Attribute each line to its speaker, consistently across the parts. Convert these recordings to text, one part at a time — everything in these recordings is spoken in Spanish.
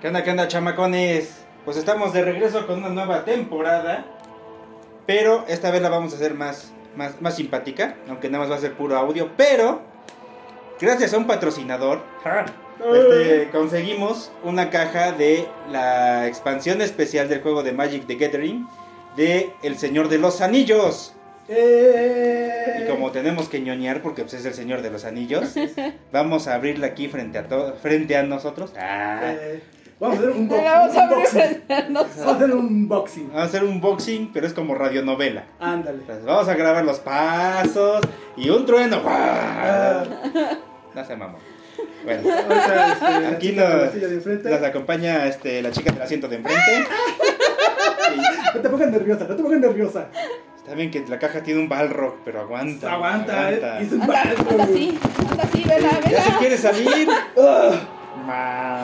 Speaker 1: ¿Qué onda, qué onda, chamacones? Pues estamos de regreso con una nueva temporada. Pero esta vez la vamos a hacer más, más, más simpática. Aunque nada más va a ser puro audio. Pero, gracias a un patrocinador, este, conseguimos una caja de la expansión especial del juego de Magic the Gathering de El Señor de los Anillos. Y como tenemos que ñoñar porque pues, es el Señor de los Anillos, vamos a abrirla aquí frente a to- frente a nosotros. Ah.
Speaker 2: Eh, vamos a hacer un, bo-
Speaker 3: Le vamos a
Speaker 2: un
Speaker 3: abrir
Speaker 2: boxing.
Speaker 3: frente a nosotros.
Speaker 2: Vamos a hacer un unboxing.
Speaker 1: Vamos a hacer un boxing, pero es como radionovela.
Speaker 2: Ándale.
Speaker 1: Pues vamos a grabar los pasos y un trueno. ¡Guau! No se mamó. Bueno,
Speaker 2: Ahorita, este, la
Speaker 1: Aquí
Speaker 2: chica de
Speaker 1: nos-
Speaker 2: la silla de enfrente.
Speaker 1: nos acompaña este, la chica del asiento de enfrente.
Speaker 2: No te pongas nerviosa, no te pongas nerviosa.
Speaker 1: Está bien que la caja tiene un balrog, pero aguanta.
Speaker 2: Aguanta, eh. Y es un
Speaker 3: Anda,
Speaker 2: barco,
Speaker 3: anda
Speaker 2: güey.
Speaker 3: así, anda así, vela,
Speaker 1: ¿Ya se
Speaker 3: vela.
Speaker 1: quiere salir?
Speaker 2: Ah,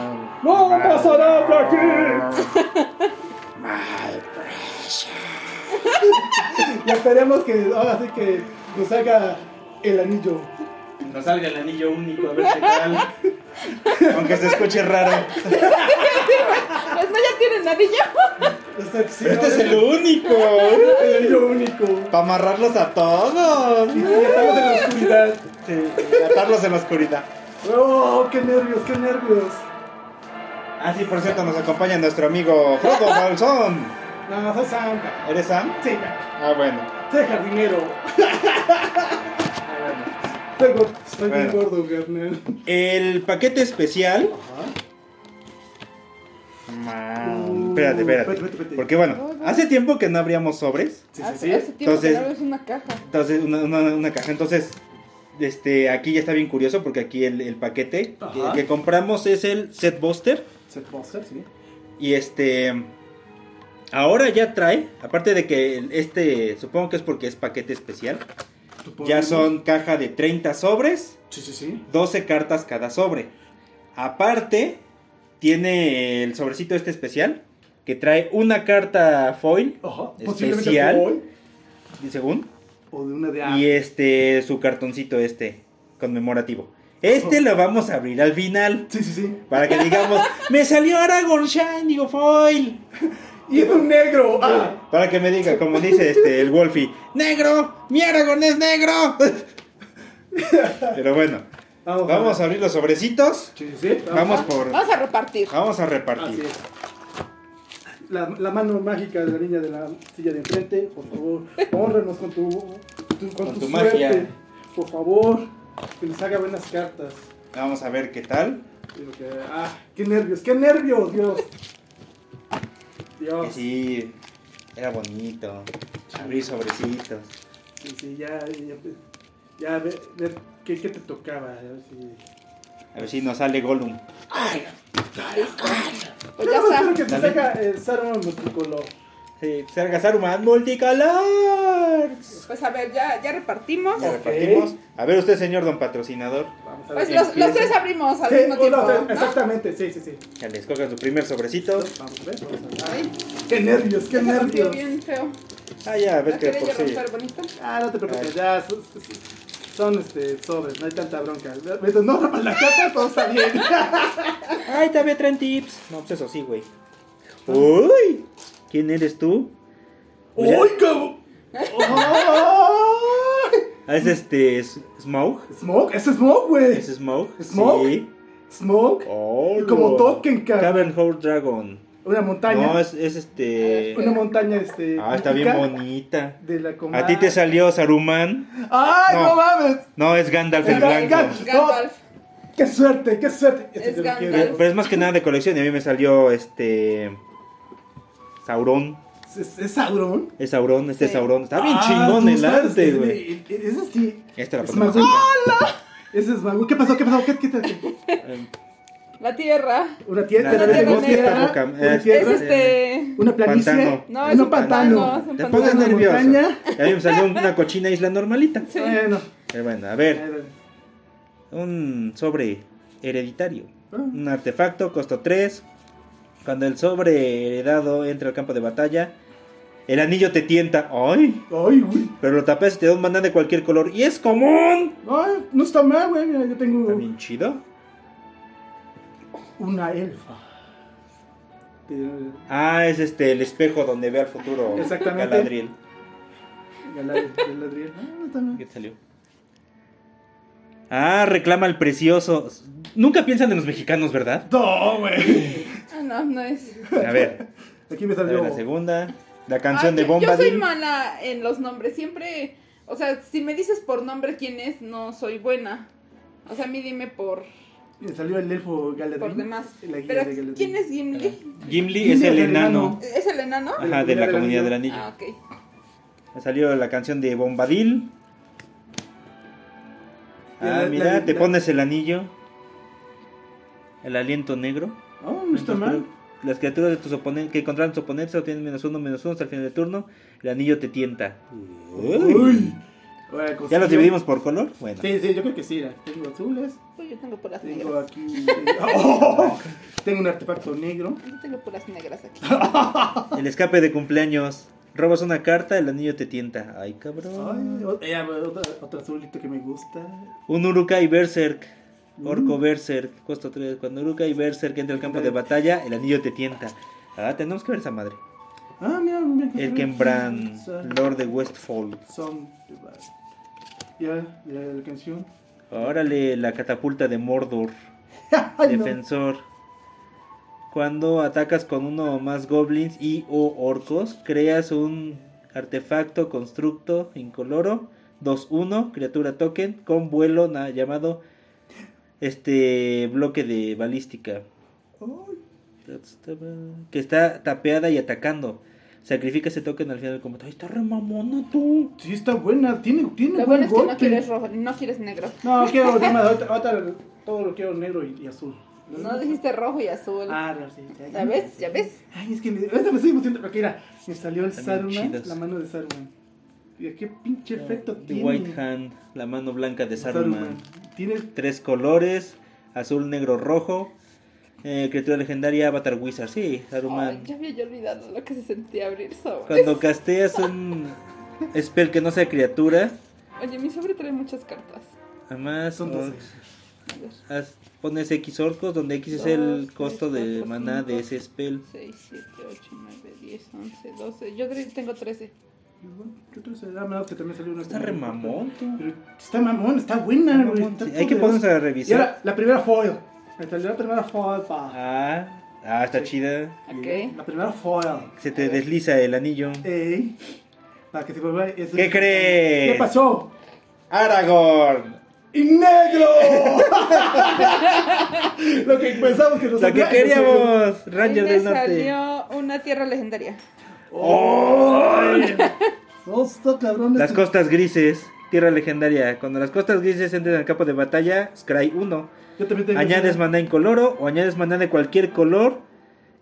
Speaker 1: Man.
Speaker 2: ¡No
Speaker 1: Man.
Speaker 2: pasa nada aquí!
Speaker 1: My precious.
Speaker 2: Y esperemos que ahora sí que nos salga el anillo.
Speaker 1: Nos salga el anillo único, a ver qué tal. Aunque se escuche raro.
Speaker 3: Pues no, ya tienen anillo.
Speaker 2: Este, sí,
Speaker 1: Pero este es
Speaker 2: ahora
Speaker 1: el
Speaker 2: sí,
Speaker 1: único.
Speaker 2: el anillo único.
Speaker 1: Para amarrarlos a todos.
Speaker 2: Y estamos en la oscuridad.
Speaker 1: Sí, y atarlos en la oscuridad.
Speaker 2: ¡Oh, qué nervios, qué nervios!
Speaker 1: Ah, sí, por cierto, nos acompaña nuestro amigo Frodo Balsón.
Speaker 2: No, soy Sam.
Speaker 1: ¿Eres Sam?
Speaker 2: Sí,
Speaker 1: Ah, bueno.
Speaker 2: soy jardinero. Soy go- Soy bien
Speaker 1: Bueno.
Speaker 2: gordo, carnal.
Speaker 1: El paquete especial.
Speaker 2: Ajá.
Speaker 1: Man,
Speaker 2: Uh,
Speaker 1: espérate, espérate.
Speaker 2: vete, vete, vete.
Speaker 1: Porque bueno, hace tiempo que no abríamos sobres.
Speaker 2: Sí,
Speaker 3: Hace,
Speaker 2: sí,
Speaker 3: hace
Speaker 2: sí.
Speaker 3: tiempo
Speaker 1: Entonces-
Speaker 3: que no ves una caja.
Speaker 1: Entonces, una, una- una caja. Entonces, este, aquí ya está bien curioso porque aquí el, el paquete que,
Speaker 2: Ajá.
Speaker 1: que compramos es el Set Buster.
Speaker 2: Se puede hacer, sí.
Speaker 1: Y este. Ahora ya trae, aparte de que el- este, supongo que es porque es paquete especial, ya son caja de 30 sobres,
Speaker 2: Sí, sí, sí.
Speaker 1: 12 cartas cada sobre. Aparte, tiene el sobrecito este especial, que trae una carta foil,
Speaker 2: Ajá.
Speaker 1: Especial.
Speaker 2: Posiblemente hoy
Speaker 1: según,
Speaker 2: o de una de
Speaker 1: y este, su cartoncito este, conmemorativo. Este lo vamos a abrir al final,
Speaker 2: Sí, sí, sí.
Speaker 1: para que digamos, me salió Aragorn Shine, digo foil.
Speaker 2: Y es un negro. Ah.
Speaker 1: Para que me diga, como dice este el Wolfie, ¡Negro! ¡Mi Aragorn es negro! Pero bueno,
Speaker 2: Ah, Vamos,
Speaker 1: vamos a abrir los sobrecitos.
Speaker 2: Sí, sí, sí.
Speaker 1: Vamos
Speaker 3: Ah,
Speaker 1: por.
Speaker 3: Vamos a repartir.
Speaker 1: Vamos a
Speaker 2: Así
Speaker 1: repartir.
Speaker 2: es. La, la mano mágica de la niña de la silla de enfrente, por favor, honranos con tu, tu- con
Speaker 1: Con
Speaker 2: tu,
Speaker 1: tu
Speaker 2: suerte.
Speaker 1: magia.
Speaker 2: Por favor, que nos haga buenas cartas.
Speaker 1: Vamos a ver qué tal.
Speaker 2: Digo que- ah, qué nervios, qué nervios, Dios.
Speaker 1: Que
Speaker 2: Dios.
Speaker 1: sí, era bonito. Abrir sobrecitos.
Speaker 2: Sí, sí, ya, ya, ya, a ver, ver qué, qué te tocaba. A ver si...
Speaker 1: A ver si nos sale Gollum.
Speaker 3: Pues ya
Speaker 2: Pero espero
Speaker 3: está.
Speaker 2: que te eh,
Speaker 1: Dale.
Speaker 2: salga el Saruman multicolor.
Speaker 1: Sí, Sarga Saruman multicolor.
Speaker 3: Pues a ver, ya, ya repartimos.
Speaker 1: Ya
Speaker 2: Ok.
Speaker 1: repartimos. A ver, usted, señor don patrocinador,
Speaker 2: Vamos a ver.
Speaker 3: Pues los, los tres abrimos al mismo
Speaker 2: Sí, uno,
Speaker 3: tiempo.
Speaker 2: tres,
Speaker 3: ¿no?
Speaker 2: exactamente, sí, sí, sí.
Speaker 1: ya le escoja su primer sobrecito.
Speaker 2: Vamos a ver, vamos a ver.
Speaker 3: Ay,
Speaker 2: Qué nervios, qué
Speaker 3: ese partido
Speaker 2: nervios.
Speaker 3: bien feo.
Speaker 1: Ah, ya, a ver
Speaker 3: ¿No
Speaker 1: qué
Speaker 3: quería
Speaker 1: por
Speaker 3: yo
Speaker 1: sí.
Speaker 3: romper bonito?
Speaker 2: Ah, no te preocupes, ya son, son, este, sobres, no hay tanta bronca. Mientras no rompan las cartas, todo está bien.
Speaker 1: Ay, todavía traen tips. No, pues eso sí, güey.
Speaker 2: Ah.
Speaker 1: Uy, ¿quién eres tú? Pues ya-
Speaker 2: cabrón! ¡Oh!
Speaker 1: Ah, es este. es- ¿Smoke?
Speaker 2: Smoke, es Smoke, güey.
Speaker 1: ¿Es Smoke?
Speaker 2: ¿Smoke?
Speaker 1: Sí.
Speaker 2: Smoke,
Speaker 1: Oh,
Speaker 2: Y como
Speaker 1: lo-
Speaker 2: Token, ca-
Speaker 1: Cavern Hole Dragon.
Speaker 2: una montaña.
Speaker 1: No, es, es este.
Speaker 2: Una montaña, este.
Speaker 1: Ah, está bien
Speaker 2: mítica
Speaker 1: bonita.
Speaker 2: De la comarca.
Speaker 1: A ti te salió Saruman.
Speaker 2: ¡Ay, no,
Speaker 1: No.
Speaker 2: mames!
Speaker 1: No, es Gandalf
Speaker 2: Es
Speaker 1: el
Speaker 2: Gan-
Speaker 1: Blanco.
Speaker 2: Gan-
Speaker 3: Gandalf.
Speaker 2: ¡Qué suerte, qué suerte! Este
Speaker 3: Es
Speaker 2: yo lo quiero.
Speaker 3: Gandalf.
Speaker 1: Pero, pero es más que nada de colección. Y a mí me salió este. Sauron.
Speaker 2: ¿Es, es Sauron?
Speaker 1: Es Sauron, este
Speaker 3: Sí.
Speaker 1: Sauron. Está bien
Speaker 2: Ah,
Speaker 1: chingón
Speaker 2: tú
Speaker 1: el
Speaker 2: sabes,
Speaker 1: arte,
Speaker 2: es-
Speaker 1: güey.
Speaker 2: es- Es así.
Speaker 1: Esta la
Speaker 2: es
Speaker 1: ponemos
Speaker 2: Magul.
Speaker 1: acá.
Speaker 2: Ese es Magul. ¿Qué pasó? ¿Qué pasó? ¿Qué, qué, qué,
Speaker 1: Eh,
Speaker 3: La tierra.
Speaker 2: Una tierra,
Speaker 1: Una
Speaker 2: una
Speaker 3: tierra
Speaker 2: bosque,
Speaker 3: negra.
Speaker 2: ¿verdad?
Speaker 1: Boca-
Speaker 2: una
Speaker 1: es-
Speaker 3: Es
Speaker 2: tierra,
Speaker 3: este.
Speaker 2: una planicie,
Speaker 1: Pantano.
Speaker 3: No,
Speaker 2: un
Speaker 3: es un
Speaker 2: pantano.
Speaker 3: pantano, es un
Speaker 1: Te
Speaker 3: pantano.
Speaker 1: pones
Speaker 2: Una
Speaker 1: nervioso.
Speaker 2: montaña.
Speaker 1: Y ahí me salió una cochina isla normalita.
Speaker 3: Sí.
Speaker 2: Bueno,
Speaker 1: Pero bueno, a ver.
Speaker 2: eh,
Speaker 1: Un sobre hereditario.
Speaker 2: bueno,
Speaker 1: Un artefacto, costo 3. Cuando el sobre heredado entra al campo de batalla, el anillo te tienta. ¡Ay!
Speaker 2: ay, güey,
Speaker 1: Pero lo tapas y te da un maná de cualquier color. ¡Y es común!
Speaker 2: ay, no está mal, güey, mira, yo tengo
Speaker 1: También chido.
Speaker 2: una elfa. que-
Speaker 1: Ah, es este el espejo donde ve al futuro
Speaker 2: Exactamente.
Speaker 1: Galadriel.
Speaker 2: Galadriel, Galadriel. Ah, también.
Speaker 1: ¿Qué te salió? Ah, reclama el precioso. Nunca piensan en los mexicanos, ¿verdad?
Speaker 2: No, güey.
Speaker 3: Ah, no, no es.
Speaker 1: A ver,
Speaker 2: Aquí me
Speaker 1: a ver
Speaker 2: salió.
Speaker 1: la segunda. La canción
Speaker 3: Ah,
Speaker 1: de
Speaker 3: yo- Yo soy
Speaker 1: Bombadil.
Speaker 3: mala en los nombres. Siempre. O sea, si me dices por nombre quién es, no soy buena. O sea, a mí dime por,
Speaker 2: Me salió el elfo Galadriel.
Speaker 3: por demás.
Speaker 2: La guía
Speaker 3: Pero,
Speaker 2: de Galadriel.
Speaker 3: ¿quién es Gimli?
Speaker 1: Gimli es el enano.
Speaker 3: ¿Es el enano?
Speaker 1: Ajá, de la comunidad del anillo.
Speaker 3: Ah, ok.
Speaker 1: Ha salido la canción de Bombadil.
Speaker 2: La-
Speaker 1: Ah,
Speaker 2: la-
Speaker 1: mira, te
Speaker 2: la-
Speaker 1: pones el anillo. El aliento negro.
Speaker 2: Oh, no está mal.
Speaker 1: Las criaturas de tus oponen- que encontraron tus oponentes obtienen menos uno, menos uno hasta el final del turno. El anillo te tienta.
Speaker 2: Uy. Ahora,
Speaker 1: ¿Ya
Speaker 2: consiguió-
Speaker 1: los dividimos por color? Bueno.
Speaker 2: Sí, sí, yo creo que sí. era. Tengo azules.
Speaker 3: Pues yo tengo puras
Speaker 2: Tengo
Speaker 3: negras.
Speaker 2: aquí. Oh, tengo un artefacto negro.
Speaker 3: Yo tengo puras negras aquí.
Speaker 2: Ah,
Speaker 1: El escape de cumpleaños. Robas una carta, el anillo te tienta. Ay,
Speaker 2: Ay,
Speaker 1: cabrón.
Speaker 2: o- eh, otro, otro azulito que me gusta.
Speaker 1: Un Urukai Berserk. Orco
Speaker 2: Mm.
Speaker 1: Berserk. Costo 3. Cuando Urukai Berserk entra al campo de batalla, el anillo te tienta. Ah, tenemos que ver esa madre.
Speaker 2: Ah, mira, mira.
Speaker 1: El Kembran,
Speaker 2: Son-
Speaker 1: Lord de Westfall.
Speaker 2: Son. Ya, ya la canción.
Speaker 1: Órale, la catapulta de Mordor.
Speaker 2: Ay, no.
Speaker 1: Defensor. Cuando atacas con uno o más goblins y o orcos, creas un artefacto constructo incoloro 2-1, criatura token, con vuelo na- llamado este bloque de balística.
Speaker 2: Ay,
Speaker 1: Que está tapeada y atacando. Sacrifica ese token al final del combate. ¡Ay, está re mamona tú!
Speaker 2: sí, está buena. Tiene, tiene
Speaker 3: Lo
Speaker 2: buen
Speaker 3: bueno es que no
Speaker 2: golpe.
Speaker 3: quieres rojo, no quieres negro.
Speaker 2: No, quiero tema de ahorita- ahorita todo lo quiero negro y, y azul.
Speaker 3: No dijiste rojo y azul.
Speaker 2: Ah, no, sí, ya,
Speaker 3: ¿Ya ves? ¿Ya ves?
Speaker 2: Ay, es que me, ahorita me estoy emocionando porque mira, me salió el
Speaker 1: Están bien
Speaker 2: Saruman,
Speaker 1: chidas.
Speaker 2: la mano de Saruman. Mira, qué pinche efecto
Speaker 1: The
Speaker 2: tiene.
Speaker 1: White Hand, la mano blanca de Saruman.
Speaker 2: Tiene
Speaker 1: Tres colores, azul, negro, rojo. Eh, criatura legendaria, Avatar Wizard. Sí, Saruman.
Speaker 3: Ay, ya había yo olvidado lo que se sentía abrir sobre.
Speaker 1: Cuando casteas un spell que no sea criatura,
Speaker 3: Oye, mi sobre trae muchas cartas.
Speaker 1: además
Speaker 2: Son
Speaker 1: orcs,
Speaker 2: doce.
Speaker 3: A ver.
Speaker 1: haz- pones X orcos, donde X es
Speaker 3: Dos,
Speaker 1: el
Speaker 3: tres,
Speaker 1: costo de
Speaker 3: cuatro,
Speaker 1: maná
Speaker 3: cinco.
Speaker 1: de ese spell.
Speaker 3: 6, 7, 8, 9, 10, 11, 12. Yo tre- tengo 13.
Speaker 2: ¿Qué otro será? Ah, no, que también salió una
Speaker 1: Está re mamón, tú.
Speaker 2: Pero está mamón, está buena, güey.
Speaker 1: Mamón,
Speaker 2: está
Speaker 1: sí, Hay que
Speaker 2: poderosa.
Speaker 1: ponernos a
Speaker 2: Y ahora,
Speaker 1: revisar.
Speaker 2: la primera foil. Me salió la primera foil, pa.
Speaker 1: Ah, ah, está chida.
Speaker 3: Ok.
Speaker 2: La primera foil.
Speaker 1: Se te desliza el anillo.
Speaker 2: Ey. Para que se vuelva. eso-
Speaker 1: ¿Qué crees?
Speaker 2: ¿Qué pasó?
Speaker 1: Aragorn.
Speaker 2: ¡Y negro! Lo que pensamos que nos
Speaker 1: Lo que
Speaker 2: había-
Speaker 1: queríamos, Ranger
Speaker 3: Ahí
Speaker 1: del
Speaker 3: me
Speaker 1: Norte.
Speaker 3: salió una tierra legendaria.
Speaker 2: ¡Ay! No, está cabrón.
Speaker 1: Las
Speaker 2: esto-
Speaker 1: costas grises, tierra legendaria. Cuando las costas grises entren al campo de batalla, Scry 1.
Speaker 2: Yo también tengo-
Speaker 1: Añades maná incoloro o añades maná de cualquier color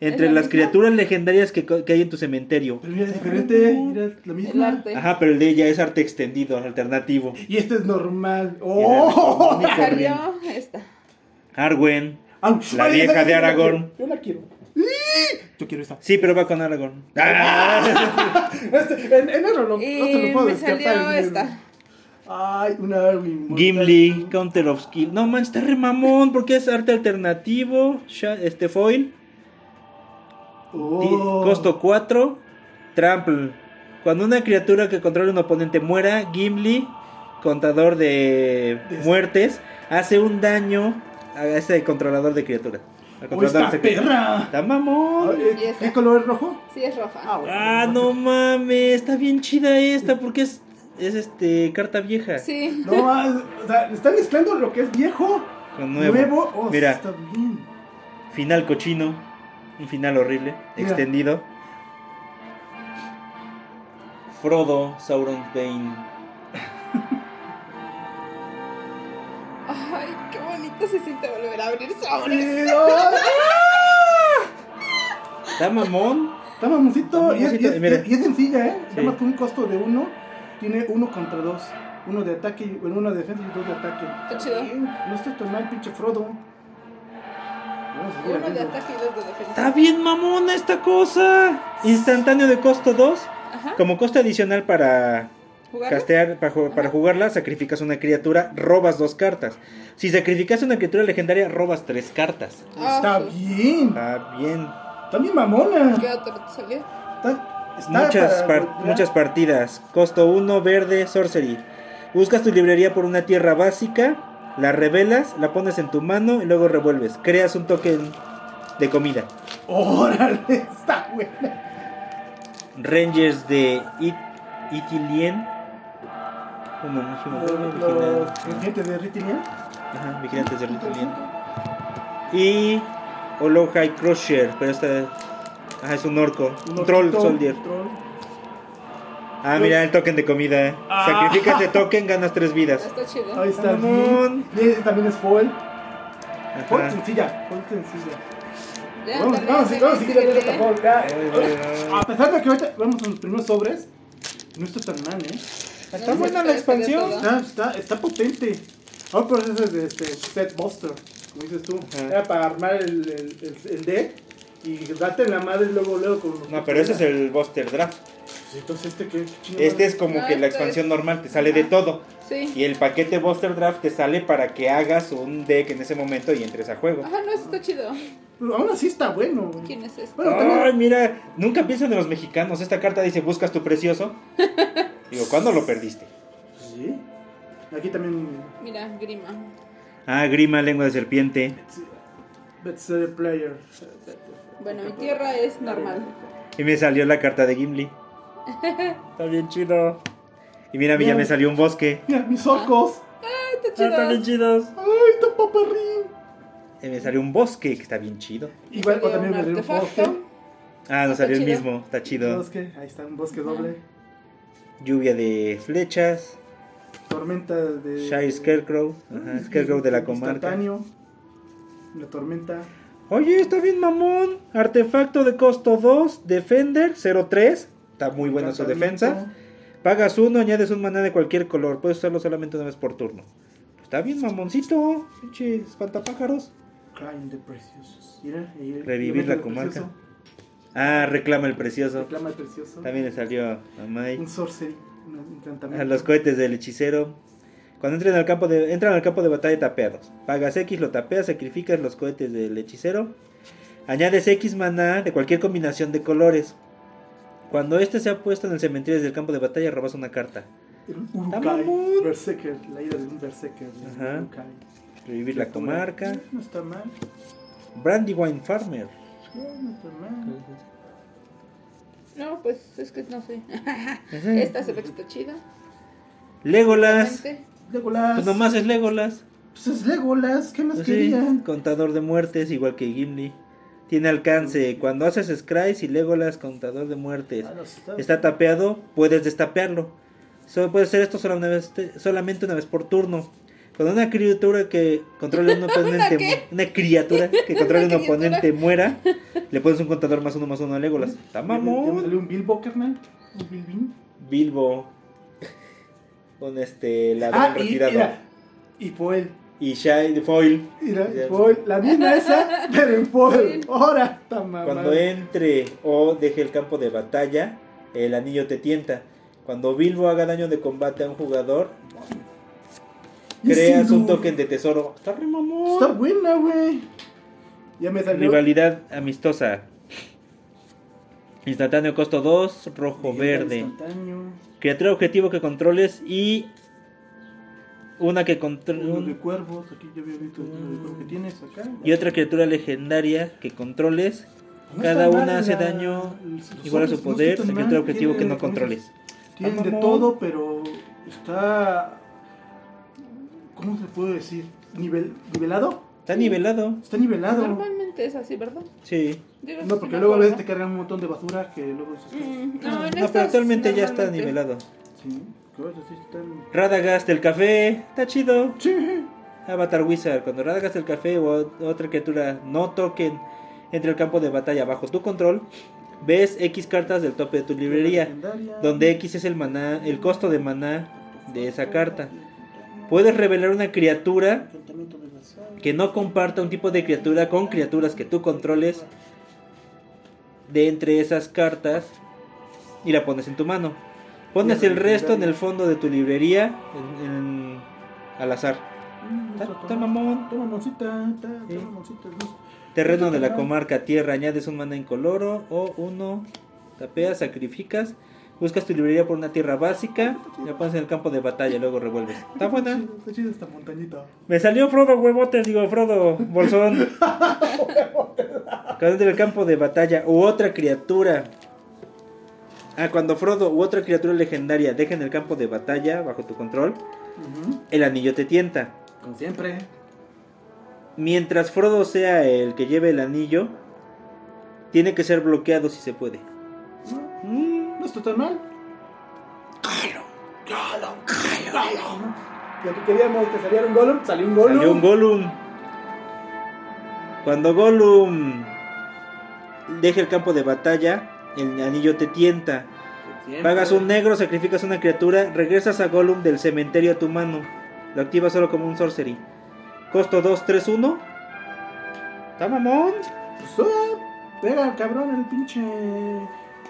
Speaker 1: entre
Speaker 3: ¿Es la
Speaker 1: las
Speaker 3: misma?
Speaker 1: criaturas legendarias que, co- que hay en tu cementerio.
Speaker 2: Pero mira, es diferente. Mira, es la misma.
Speaker 3: El arte.
Speaker 1: Ajá, pero el de ella es arte extendido, alternativo.
Speaker 2: Y este es normal. ¡Oh!
Speaker 3: Me salió esta.
Speaker 1: Arwen.
Speaker 2: Au,
Speaker 1: La
Speaker 2: ay,
Speaker 1: vieja
Speaker 2: esa-
Speaker 1: de
Speaker 2: yo la
Speaker 1: Aragorn.
Speaker 2: quiero, Yo la quiero. ¡Ih! Yo quiero esa.
Speaker 1: Sí, pero va con Aragorn. ¡Ah!
Speaker 2: Este, en, en error no, no se
Speaker 3: Y
Speaker 2: lo puedo
Speaker 3: me
Speaker 2: descartar.
Speaker 3: salió
Speaker 2: es
Speaker 3: esta.
Speaker 2: negro. Ay, una Arwin.
Speaker 1: Gimli, Counter of Skill. No man, está re mamón porque es arte alternativo. Sha- Este foil. Di-
Speaker 2: Oh.
Speaker 1: Costo 4. Trample. Cuando una criatura que controla un oponente muera, Gimli, contador de
Speaker 2: Des-
Speaker 1: muertes, hace un daño a ese controlador de criatura. Al
Speaker 2: Oh,
Speaker 1: controlador
Speaker 2: esta
Speaker 1: de criatura.
Speaker 2: perra.
Speaker 1: ¡Está mamón!
Speaker 2: Ay,
Speaker 3: Y esa.
Speaker 2: ¿Qué color es rojo?
Speaker 3: Sí, es roja.
Speaker 2: bueno.
Speaker 1: ¡Ah, no mames! Está bien chida esta porque es, es este carta vieja
Speaker 3: Sí.
Speaker 2: No, ah, o sea, le están mezclando lo que es viejo,
Speaker 1: con nuevo.
Speaker 2: nuevo. Oh,
Speaker 1: Mira.
Speaker 2: Está bien.
Speaker 1: Final cochino. Un final horrible.
Speaker 2: Mira.
Speaker 1: Extendido. Frodo, Sauron Bane.
Speaker 3: Ay, qué bonito se siente volver a abrir sobres.
Speaker 2: Sí, no,
Speaker 1: ¿Está mamón?
Speaker 2: está mamoncito. Y es, y es-
Speaker 1: Mamoncito, mira.
Speaker 2: y es sencilla, ¿eh?
Speaker 1: Sí.
Speaker 2: Nada más con un costo de uno. Tiene uno contra dos. Uno de ataque, y- bueno, uno de defensa y dos de ataque.
Speaker 3: Está chido.
Speaker 2: Bien, No está tan mal, pinche Frodo. Vamos a seguir
Speaker 3: Uno de
Speaker 2: abriendo.
Speaker 3: ataque y dos de defensa.
Speaker 1: Está bien mamona esta cosa. Instantáneo de costo 2.
Speaker 3: Ajá.
Speaker 1: Como costo adicional para
Speaker 3: ¿Jugarlo?
Speaker 1: castear, para, ju- para jugarla, sacrificas una criatura, robas dos cartas. Si sacrificas una criatura legendaria, robas tres cartas.
Speaker 3: Ah,
Speaker 2: Está
Speaker 3: su-
Speaker 2: bien.
Speaker 1: Está bien.
Speaker 2: También mamona.
Speaker 3: ¿Qué otro te salió?
Speaker 2: Está, está
Speaker 1: Muchas,
Speaker 2: para
Speaker 1: par-
Speaker 2: golpear.
Speaker 1: muchas partidas. Costo 1, verde, sorcery. Buscas tu librería por una tierra básica, la revelas, la pones en tu mano y luego revuelves. Creas un token de comida.
Speaker 2: Órale, está buena.
Speaker 1: Rangers de It Itilien. Bueno, no, no,
Speaker 2: Los
Speaker 1: no,
Speaker 2: los
Speaker 1: vigila-
Speaker 2: ingredientes de Ritinia.
Speaker 1: Ajá, vigilantes de Itilien. Y Olohai Crusher, pero esta ajá, es un orco, un troll soldier.
Speaker 2: Troll.
Speaker 1: Ah, mira el token de comida.
Speaker 2: Ah.
Speaker 1: Sacrificas ese token, ganas tres vidas.
Speaker 3: Está chido.
Speaker 2: Ahí está.
Speaker 1: Mamón.
Speaker 2: Y ese también es foil.
Speaker 1: Ajá.
Speaker 2: Foil sencilla. Foil sencilla.
Speaker 3: Ya,
Speaker 2: Vamos,
Speaker 3: ándale,
Speaker 2: vamos,
Speaker 3: ándale,
Speaker 2: vamos a seguir abriendo
Speaker 3: síguele.
Speaker 2: esta foil. ya.
Speaker 1: Ay, ay, ay.
Speaker 2: A pesar de que ahorita vemos en los primeros sobres, no está tan mal, ¿eh?
Speaker 1: Está buena la expansión.
Speaker 2: Está, está, está potente. Ahora por eso es de este set buster, como dices tú.
Speaker 1: Ajá.
Speaker 2: Era para armar el, el, el- el deck y date en la madre luego, luego con los.
Speaker 1: No, pero ese es el Buster Draft.
Speaker 2: Sí, entonces este que.
Speaker 1: Este es como
Speaker 3: No,
Speaker 1: que la
Speaker 3: este
Speaker 1: expansión
Speaker 3: es-
Speaker 1: normal, te sale de
Speaker 3: Ajá.
Speaker 1: todo.
Speaker 3: Sí.
Speaker 1: Y el paquete Buster Draft te sale para que hagas un deck en ese momento y entres a juego.
Speaker 3: Ajá, no, eso está chido.
Speaker 2: Pero Pues, aún así está bueno.
Speaker 3: ¿Quién es este?
Speaker 2: Bueno, también-
Speaker 1: Ay, mira, nunca piensan en los mexicanos. Esta carta dice, buscas tu precioso. Digo, ¿cuándo lo perdiste?
Speaker 2: Sí. Aquí también.
Speaker 3: Mira, Grima.
Speaker 1: Ah, grima, lengua de serpiente.
Speaker 2: That's the player.
Speaker 3: Bueno, mi tierra es normal.
Speaker 1: Y me salió la carta de Gimli. Está bien chido. Y mira, a mí ya me salió un bosque.
Speaker 2: Mira,
Speaker 3: Ah.
Speaker 2: mis orcos.
Speaker 3: Está
Speaker 1: Ah, están bien
Speaker 3: chido.
Speaker 1: chidos.
Speaker 2: ¡Ay, está paparrín!
Speaker 1: Y Eh, me salió un bosque, que está bien chido.
Speaker 2: Igual, o
Speaker 3: Había
Speaker 2: también
Speaker 3: un
Speaker 2: me salió un bosque.
Speaker 3: artefacto.
Speaker 1: Ah, nos
Speaker 3: Está
Speaker 1: salió el
Speaker 3: chido.
Speaker 1: mismo. Está
Speaker 2: Un
Speaker 1: chido.
Speaker 2: bosque. Ahí está, un bosque doble.
Speaker 1: Lluvia de flechas.
Speaker 2: Tormenta de.
Speaker 1: Shire Scarecrow. Ajá, Scarecrow de la comarca.
Speaker 2: Ah, Instantáneo. La tormenta.
Speaker 1: Oye, está bien mamón. Artefacto de costo 2, Defender 03. Está muy buena su defensa. Pagas uno, añades un maná de cualquier color. Puedes usarlo solamente una vez por turno. Está bien mamoncito. Pinche espantapájaros.
Speaker 2: Climb the Precious. Mira, y-
Speaker 1: Revivir la
Speaker 2: el
Speaker 1: comarca.
Speaker 2: precioso.
Speaker 1: Ah, reclama el precioso.
Speaker 2: Reclama el precioso.
Speaker 1: También le salió a Mike.
Speaker 2: Un sorcery. Un encantamiento.
Speaker 1: A los cohetes del hechicero. Cuando entren al campo de, entran al campo de batalla tapeados. Pagas X, lo tapeas, sacrificas los cohetes del hechicero. Añades X maná de cualquier combinación de colores. Cuando este sea puesto en el cementerio del campo de batalla, robas una carta.
Speaker 2: Era un
Speaker 1: Está
Speaker 2: Urukai.
Speaker 1: mamón.
Speaker 2: Berserker. La ira de un Berserker. de un
Speaker 1: Ajá.
Speaker 2: Urukai.
Speaker 1: Revivir la comarca.
Speaker 2: "Mm, No está mal.
Speaker 1: Brandywine Farmer.
Speaker 2: No está mal.
Speaker 3: No, pues es que no sé.
Speaker 1: Ajá.
Speaker 3: Esta se ve que está chida.
Speaker 1: Legolas.
Speaker 3: Gente.
Speaker 2: Legolas.
Speaker 1: Pues nomás es Legolas.
Speaker 2: Pues es Legolas. ¿Qué más
Speaker 1: Pues sí,
Speaker 2: querían?
Speaker 1: contador de muertes, igual que Gimli. Tiene alcance. Cuando haces Scries y Legolas, contador de muertes.
Speaker 2: Ah, no, está-
Speaker 1: Está tapeado, puedes destapearlo. Solo puedes hacer esto sola- una vez- solamente una vez por turno. Cuando una criatura que controle un oponente,
Speaker 3: qué?
Speaker 1: mu- una criatura que controle
Speaker 3: Una
Speaker 1: un oponente muera, le pones un contador más uno más uno a Legolas. Está
Speaker 2: Ya me
Speaker 1: mamón.
Speaker 2: salió un Bilbo, carnal. Un Bilbín.
Speaker 1: Bilbo con este ladrón
Speaker 2: Ah, y
Speaker 1: retirado
Speaker 2: mira. Y Poel.
Speaker 1: y Shai Foil.
Speaker 2: Mira,
Speaker 1: Ya.
Speaker 2: foil, la misma esa, pero en foil. Ahora, está mamá.
Speaker 1: Cuando entre o deje el campo de batalla, el anillo te tienta. Cuando Bilbo haga daño de combate a un jugador, creas un token de tesoro. Está re mamón.
Speaker 2: Está buena, güey. Ya me salió.
Speaker 1: Rivalidad amistosa. Instantáneo costo 2, rojo verde.
Speaker 2: instantáneo,
Speaker 1: Criatura objetivo que controles y una que
Speaker 2: Uno de
Speaker 1: controles
Speaker 2: cuervos, aquí ya había visto el uno de cuervos que tienes acá.
Speaker 1: Mm. y otra criatura legendaria que controles
Speaker 2: No
Speaker 1: cada
Speaker 2: está mal
Speaker 1: una hace
Speaker 2: la-
Speaker 1: daño
Speaker 2: los
Speaker 1: igual a
Speaker 2: sobres,
Speaker 1: su
Speaker 2: no
Speaker 1: poder,
Speaker 2: está tan
Speaker 1: secreto
Speaker 2: mal,
Speaker 1: objetivo que
Speaker 2: tiene-
Speaker 1: no controles.
Speaker 2: Tienen
Speaker 1: Ah,
Speaker 2: de
Speaker 1: mamón.
Speaker 2: todo, pero está. ¿Cómo se puede decir? Nivel, ¿Nivelado?
Speaker 1: Está nivelado,
Speaker 2: Está nivelado.
Speaker 3: Normalmente es así, ¿verdad?
Speaker 1: sí.
Speaker 3: Digo,
Speaker 2: No,
Speaker 3: sí
Speaker 2: porque
Speaker 3: me
Speaker 2: luego a
Speaker 3: acuerdo.
Speaker 2: veces te cargan un montón de basura que luego dices.
Speaker 3: Mm,
Speaker 1: No,
Speaker 3: no, en
Speaker 1: pero
Speaker 3: estas
Speaker 1: actualmente ya está
Speaker 3: normalmente-
Speaker 1: nivelado.
Speaker 2: Sí, cosas así están.
Speaker 1: Radagast del café, está chido.
Speaker 2: Sí.
Speaker 1: Avatar Wizard, cuando Radagast del café o otra criatura no toquen entre el campo de batalla bajo tu control, ves X cartas del tope de tu librería, donde X es el maná, el costo de maná de esa carta. Puedes revelar una criatura que no comparta un tipo de criatura con criaturas que tú controles de entre esas cartas y la pones en tu mano. Pones el resto en el fondo de tu librería en- en- al azar.
Speaker 2: Mm,
Speaker 1: Está- está mamón.
Speaker 4: Está mamoncita, está, está
Speaker 1: Sí.
Speaker 4: mamoncita. listo.
Speaker 1: Terreno de la comarca tierra, añades un mana incoloro o uno, tapeas, sacrificas, buscas tu librería por una tierra básica, la pones en el campo de batalla, luego revuelves. Está buena.
Speaker 4: chido, Está chida esta montañita.
Speaker 1: Me salió Frodo Huevotes, digo Frodo Bolsón. Cadente del campo de batalla u otra criatura. Ah, cuando Frodo u otra criatura legendaria dejen el campo de batalla bajo tu control, el anillo te tienta.
Speaker 2: Como siempre.
Speaker 1: Mientras Frodo sea el que lleve el anillo, tiene que ser bloqueado si se puede.
Speaker 4: No,
Speaker 1: Mm,
Speaker 4: no está tan mal.
Speaker 2: ¡Calo!
Speaker 4: Lo que queríamos que saliera un Gollum, salió un Gollum.
Speaker 1: Salió un Gollum. Cuando Gollum deja el campo de batalla, el anillo te tienta. Pagas un negro, sacrificas una criatura, regresas a Gollum del cementerio a tu mano. Lo activas solo como un sorcery. Costo 2, 3, 1. Está mamón.
Speaker 4: Pues, ah, era cabrón el pinche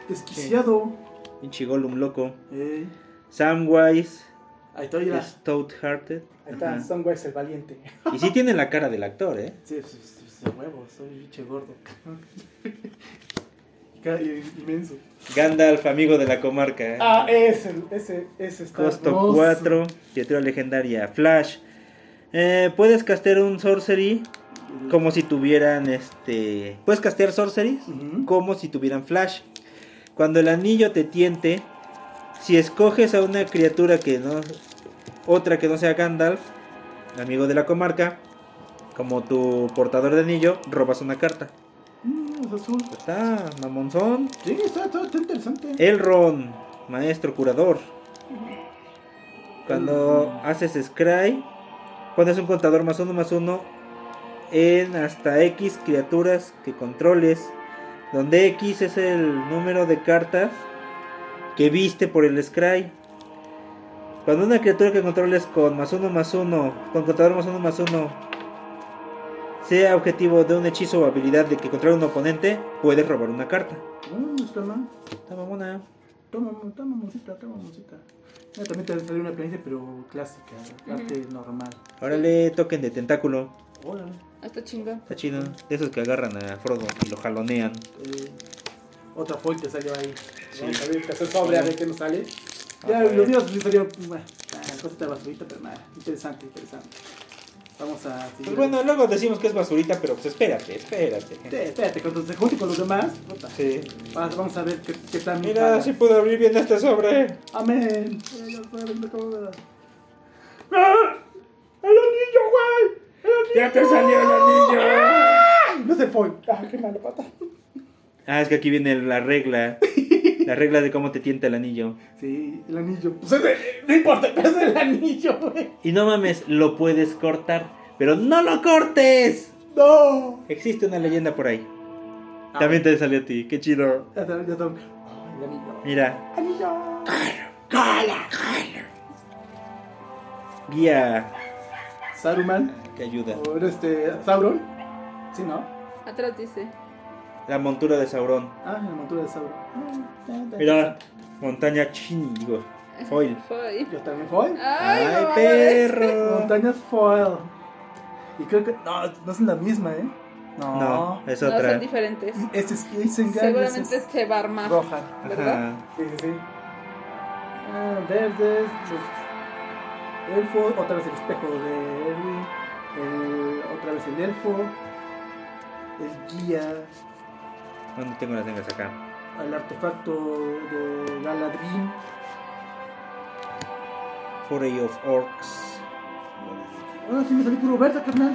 Speaker 4: desquiciado.
Speaker 1: Pinche Gollum loco.
Speaker 4: Ey.
Speaker 1: Samwise.
Speaker 2: Ahí estoy, mira.
Speaker 1: Stout-hearted.
Speaker 4: Ahí está,
Speaker 1: Ajá.
Speaker 4: Sunwise el valiente.
Speaker 1: Y sí tiene la cara del actor, ¿eh?
Speaker 2: Sí, pues, sí, sí, sí, huevo, soy biche gordo.
Speaker 4: Ca- i- Inmenso.
Speaker 1: Gandalf, amigo de la comarca. ¿eh?
Speaker 4: Ah, ese, ese, ese está
Speaker 1: Costo
Speaker 4: hermoso.
Speaker 1: 4, criatura legendaria. Flash. Eh, puedes castear un sorcery como si tuvieran este. Puedes castear sorceries
Speaker 4: Ujú.
Speaker 1: como si tuvieran flash. Cuando el anillo te tiente, si escoges a una criatura que no. Otra que no sea Gandalf, amigo de la comarca, como tu portador de anillo, robas una carta.
Speaker 4: Mm, es azul.
Speaker 1: Está, mamonzón.
Speaker 4: Sí, está, está, está interesante.
Speaker 1: Eh. Elrond, maestro curador. Cuando haces scry, pones un contador más uno más uno en hasta X criaturas que controles. Donde X es el número de cartas que viste por el scry. Cuando una criatura que controles con más uno más uno, con contador más uno más uno, sea objetivo de un hechizo o habilidad de que controle un oponente, puedes robar una carta.
Speaker 4: Mm, está mal.
Speaker 1: Está mamona.
Speaker 4: Toma, toma musita, toma musita.
Speaker 2: Mira, también te salió una planilla, pero clásica, arte normal.
Speaker 1: Órale, toquen de tentáculo.
Speaker 2: Órale.
Speaker 3: Hasta Ah, chingón.
Speaker 1: Está chido. De esos que agarran a Frodo y lo jalonean.
Speaker 2: Eh, otra foil te salió ahí.
Speaker 4: Vamos a ver, que hacer sobre a ver qué nos sale.
Speaker 1: A
Speaker 2: Ah,
Speaker 4: Ya,
Speaker 1: ver.
Speaker 4: lo mío
Speaker 2: Dios, me salió. bueno, ah, Cosa de basurita, pero nada. Interesante, interesante. Vamos a seguir.
Speaker 1: Pues bueno, luego decimos que es basurita, pero pues espérate, espérate.
Speaker 2: Sí, espérate, cuando se junte con los demás, puta.
Speaker 1: Sí.
Speaker 2: Ah, vamos a ver qué, qué tal mi
Speaker 1: Mira,
Speaker 2: paga.
Speaker 1: si puedo abrir bien este sobre.
Speaker 2: Amén. Eh, no, padre, me acabo de dar. ¡Ah!
Speaker 1: ¡Ya te salió el anillo!
Speaker 4: ¡Ay, no se fue! ¡Ah, qué mala pata!
Speaker 1: Ah, es que aquí viene la regla. La regla de cómo te tienta el anillo.
Speaker 2: Sí, el anillo. Pues ese- no importa, pero es el anillo, güey.
Speaker 1: Y no mames, lo puedes cortar, pero no lo cortes.
Speaker 4: ¡No!
Speaker 1: Existe una leyenda por ahí.
Speaker 2: Ah,
Speaker 1: También te salió a ti, qué chido.
Speaker 2: Ya saben, ya saben. Ay, el anillo.
Speaker 1: Mira,
Speaker 4: ¡Anillo!
Speaker 1: guía
Speaker 2: Saruman.
Speaker 1: te ayuda.
Speaker 4: O era este, Sauron.
Speaker 2: Sí, ¿no?
Speaker 3: Atrás dice.
Speaker 1: La montura de Sauron.
Speaker 2: Ah, en la montura de Sauron. Ah, está, está
Speaker 1: Mira,
Speaker 2: interesante.
Speaker 1: montaña chin, digo. Foil.
Speaker 3: Fue.
Speaker 2: Yo también foil.
Speaker 3: Ay, mamá,
Speaker 1: perro.
Speaker 2: Montañas foil. Y creo que. No, no es la misma, ¿eh? No.
Speaker 1: No, es
Speaker 3: No,
Speaker 1: otra.
Speaker 3: son diferentes.
Speaker 2: Este es Isengard. y ese
Speaker 3: Seguramente se va a
Speaker 2: es
Speaker 3: armar.
Speaker 2: roja.
Speaker 3: ¿verdad?
Speaker 1: Ajá.
Speaker 2: Sí, sí, sí. Ah, verdes. Los elfos. Otra vez el espejo de Erwin. El, otra vez el elfo. El guía.
Speaker 1: ¿Dónde tengo las negras acá?
Speaker 2: El artefacto de Galadrim.
Speaker 1: Foray of Orcs.
Speaker 2: Ah, sí me salió puro verde, carnal.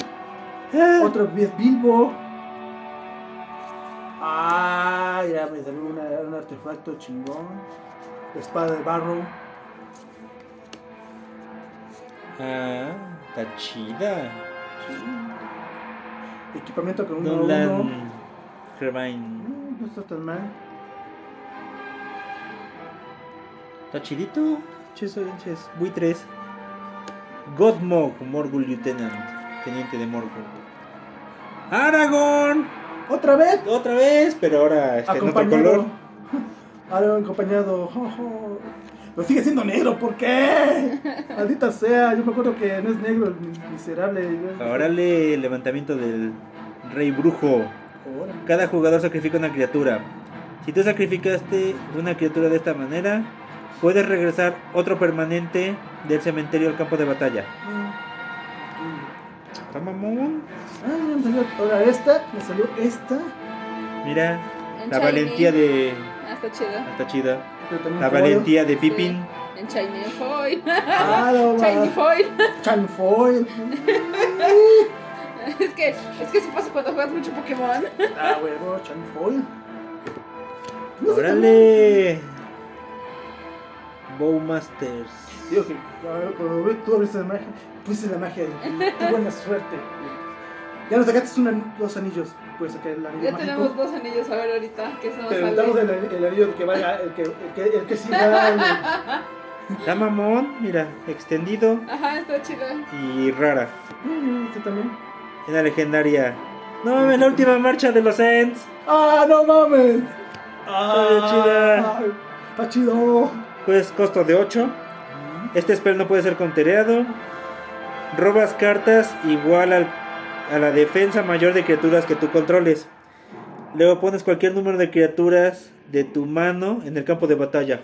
Speaker 1: Ah,
Speaker 2: Otra vez Bilbo. Ah, ya me salió una- un artefacto chingón. La espada de barro.
Speaker 1: Ah, está chida.
Speaker 2: Equipamiento con uno a uno.
Speaker 1: Nolan Hermine.
Speaker 2: Mm, No está tan mal.
Speaker 1: Está chidito. Ches, orinches. Buitres. Godmog, Morgul Lieutenant. Teniente de Morgul. ¡Aragorn!
Speaker 2: ¡Otra vez!
Speaker 1: Otra vez, pero ahora está en otro
Speaker 2: Acompañado.
Speaker 1: color.
Speaker 2: Ahora acompañado. jo, jo. Pero sigue siendo negro, ¿por qué? Maldita sea, yo me acuerdo que no es negro, el miserable. yo-
Speaker 1: Órale, levantamiento del rey brujo.
Speaker 2: Ahora.
Speaker 1: Cada jugador sacrifica una criatura. Si tú sacrificaste una criatura de esta manera, puedes regresar otro permanente del cementerio al campo de batalla.
Speaker 2: Ah,
Speaker 1: ¿Está mamón?
Speaker 2: me salió ahora esta, me salió esta,
Speaker 1: Mira,
Speaker 3: En
Speaker 1: la
Speaker 3: Chinese.
Speaker 1: valentía de...
Speaker 3: Ah, está chida.
Speaker 1: Está chida.
Speaker 2: pero también
Speaker 1: La
Speaker 2: fue-
Speaker 1: valentía de Pippin.
Speaker 3: En China Foil.
Speaker 2: Ah, no,
Speaker 3: China
Speaker 2: va.
Speaker 3: Foil.
Speaker 2: Chanfoy.
Speaker 3: Es que, es que eso pasa cuando juegas mucho Pokémon.
Speaker 2: Ah, huevo, Chanfoy. No sé
Speaker 1: ¡Órale! Bowmasters.
Speaker 2: Digo que a ver, cuando ve- tú abriste la magia, pusiste la magia de qué buena suerte. Ya nos sacaste una- dos anillos, puedes sacar el anillo
Speaker 3: Ya tenemos
Speaker 2: mágico.
Speaker 3: dos anillos a ver ahorita. Que eso nos
Speaker 2: Te aventamos
Speaker 3: sale.
Speaker 2: el, el anillo que vaya, el que, el que, el que sí gana.
Speaker 1: Está mamón, mira, extendido
Speaker 3: Ajá, está chida.
Speaker 1: y rara.
Speaker 2: Mm, Este también.
Speaker 1: Una legendaria. No mames, la última marcha de los Ents.
Speaker 2: ¡Ah, no mames!
Speaker 1: chida.
Speaker 2: Ay, ¡Está chido!
Speaker 1: Pues costo de 8. Este spell no puede ser countereado. Robas cartas igual al- a la defensa mayor de criaturas que tú controles. Luego pones cualquier número de criaturas de tu mano en el campo de batalla. ¡Ay,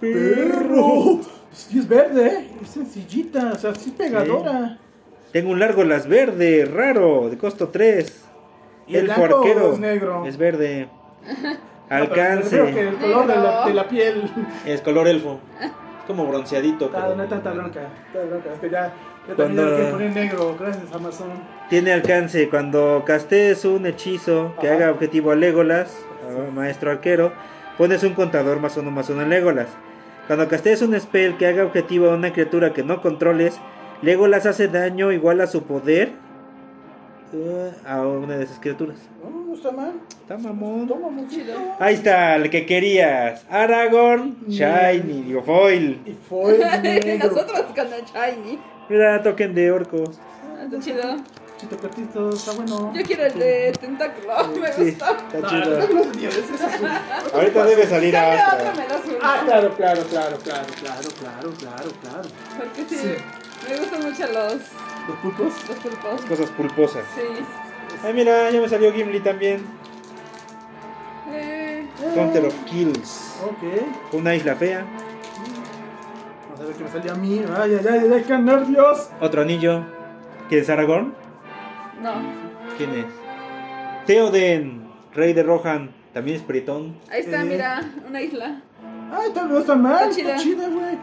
Speaker 2: ¡Perro!
Speaker 1: perro!
Speaker 2: Sí, es verde, ¿eh? Es sencillita, o sea, sí es pegadora.
Speaker 1: Tengo un largo las verde, raro, de costo 3.
Speaker 2: ¿Y el
Speaker 1: El
Speaker 2: blanco o
Speaker 1: forquero
Speaker 2: es negro?
Speaker 1: es verde.
Speaker 2: No, pero
Speaker 1: Alcance.
Speaker 2: me refiero que el color de la, de la piel.
Speaker 1: Es color elfo. Es como bronceadito.
Speaker 2: Está,
Speaker 1: pero-
Speaker 2: no está bronca, está bronca, es que ya, ya también ya
Speaker 1: Cuando-
Speaker 2: lo quieren poner negro, gracias Amazon.
Speaker 1: Tiene alcance. Cuando castees un hechizo que
Speaker 2: Ajá.
Speaker 1: haga objetivo a Legolas, a maestro arquero, pones un contador más uno más uno en Legolas. Cuando castees un spell que haga objetivo a una criatura que no controles, Legolas hace daño igual a su poder eh, a una de esas criaturas.
Speaker 2: No, no está mal,
Speaker 1: Está mamón.
Speaker 2: toma muchito.
Speaker 1: Ahí está, el que querías. Aragorn, Shiny, digo, Foil.
Speaker 2: Y foil negro.
Speaker 3: Nosotros con el Shiny.
Speaker 1: Mira, token de orcos.
Speaker 3: Ah, Está chido.
Speaker 2: Chito cortito, está bueno.
Speaker 3: Yo quiero el de Tentáculo. Me
Speaker 1: Sí,
Speaker 3: gustó.
Speaker 1: está
Speaker 2: No,
Speaker 1: chido.
Speaker 2: no, no, no, Dios, es azul.
Speaker 1: Ahorita debe salir
Speaker 3: Sale
Speaker 1: a
Speaker 3: otro melosur.
Speaker 2: Ah, claro, claro, claro, claro, claro, claro, claro, claro.
Speaker 3: Porque sí,
Speaker 2: Sí.
Speaker 3: me gustan mucho los,
Speaker 2: ¿Los pulpos?
Speaker 3: los pulpos.
Speaker 1: Cosas pulposas.
Speaker 3: Sí.
Speaker 1: Ay, Ah, mira, ya me salió Gimli también.
Speaker 3: Eh,
Speaker 1: Counter of Kills.
Speaker 2: Ok,
Speaker 1: Una isla fea.
Speaker 2: vamos a ver qué me salió a mí. Ay, ay, ay, ay, qué nervios.
Speaker 1: Otro anillo. ¿Quién es Aragorn?
Speaker 3: no.
Speaker 1: ¿Quién es? Theoden, rey de Rohan. También es Britón.
Speaker 3: Ahí está,
Speaker 2: Eh.
Speaker 3: mira, una isla.
Speaker 2: Ay, tal vez no está mal,
Speaker 3: Está
Speaker 2: está
Speaker 3: chida.
Speaker 2: chida, güey.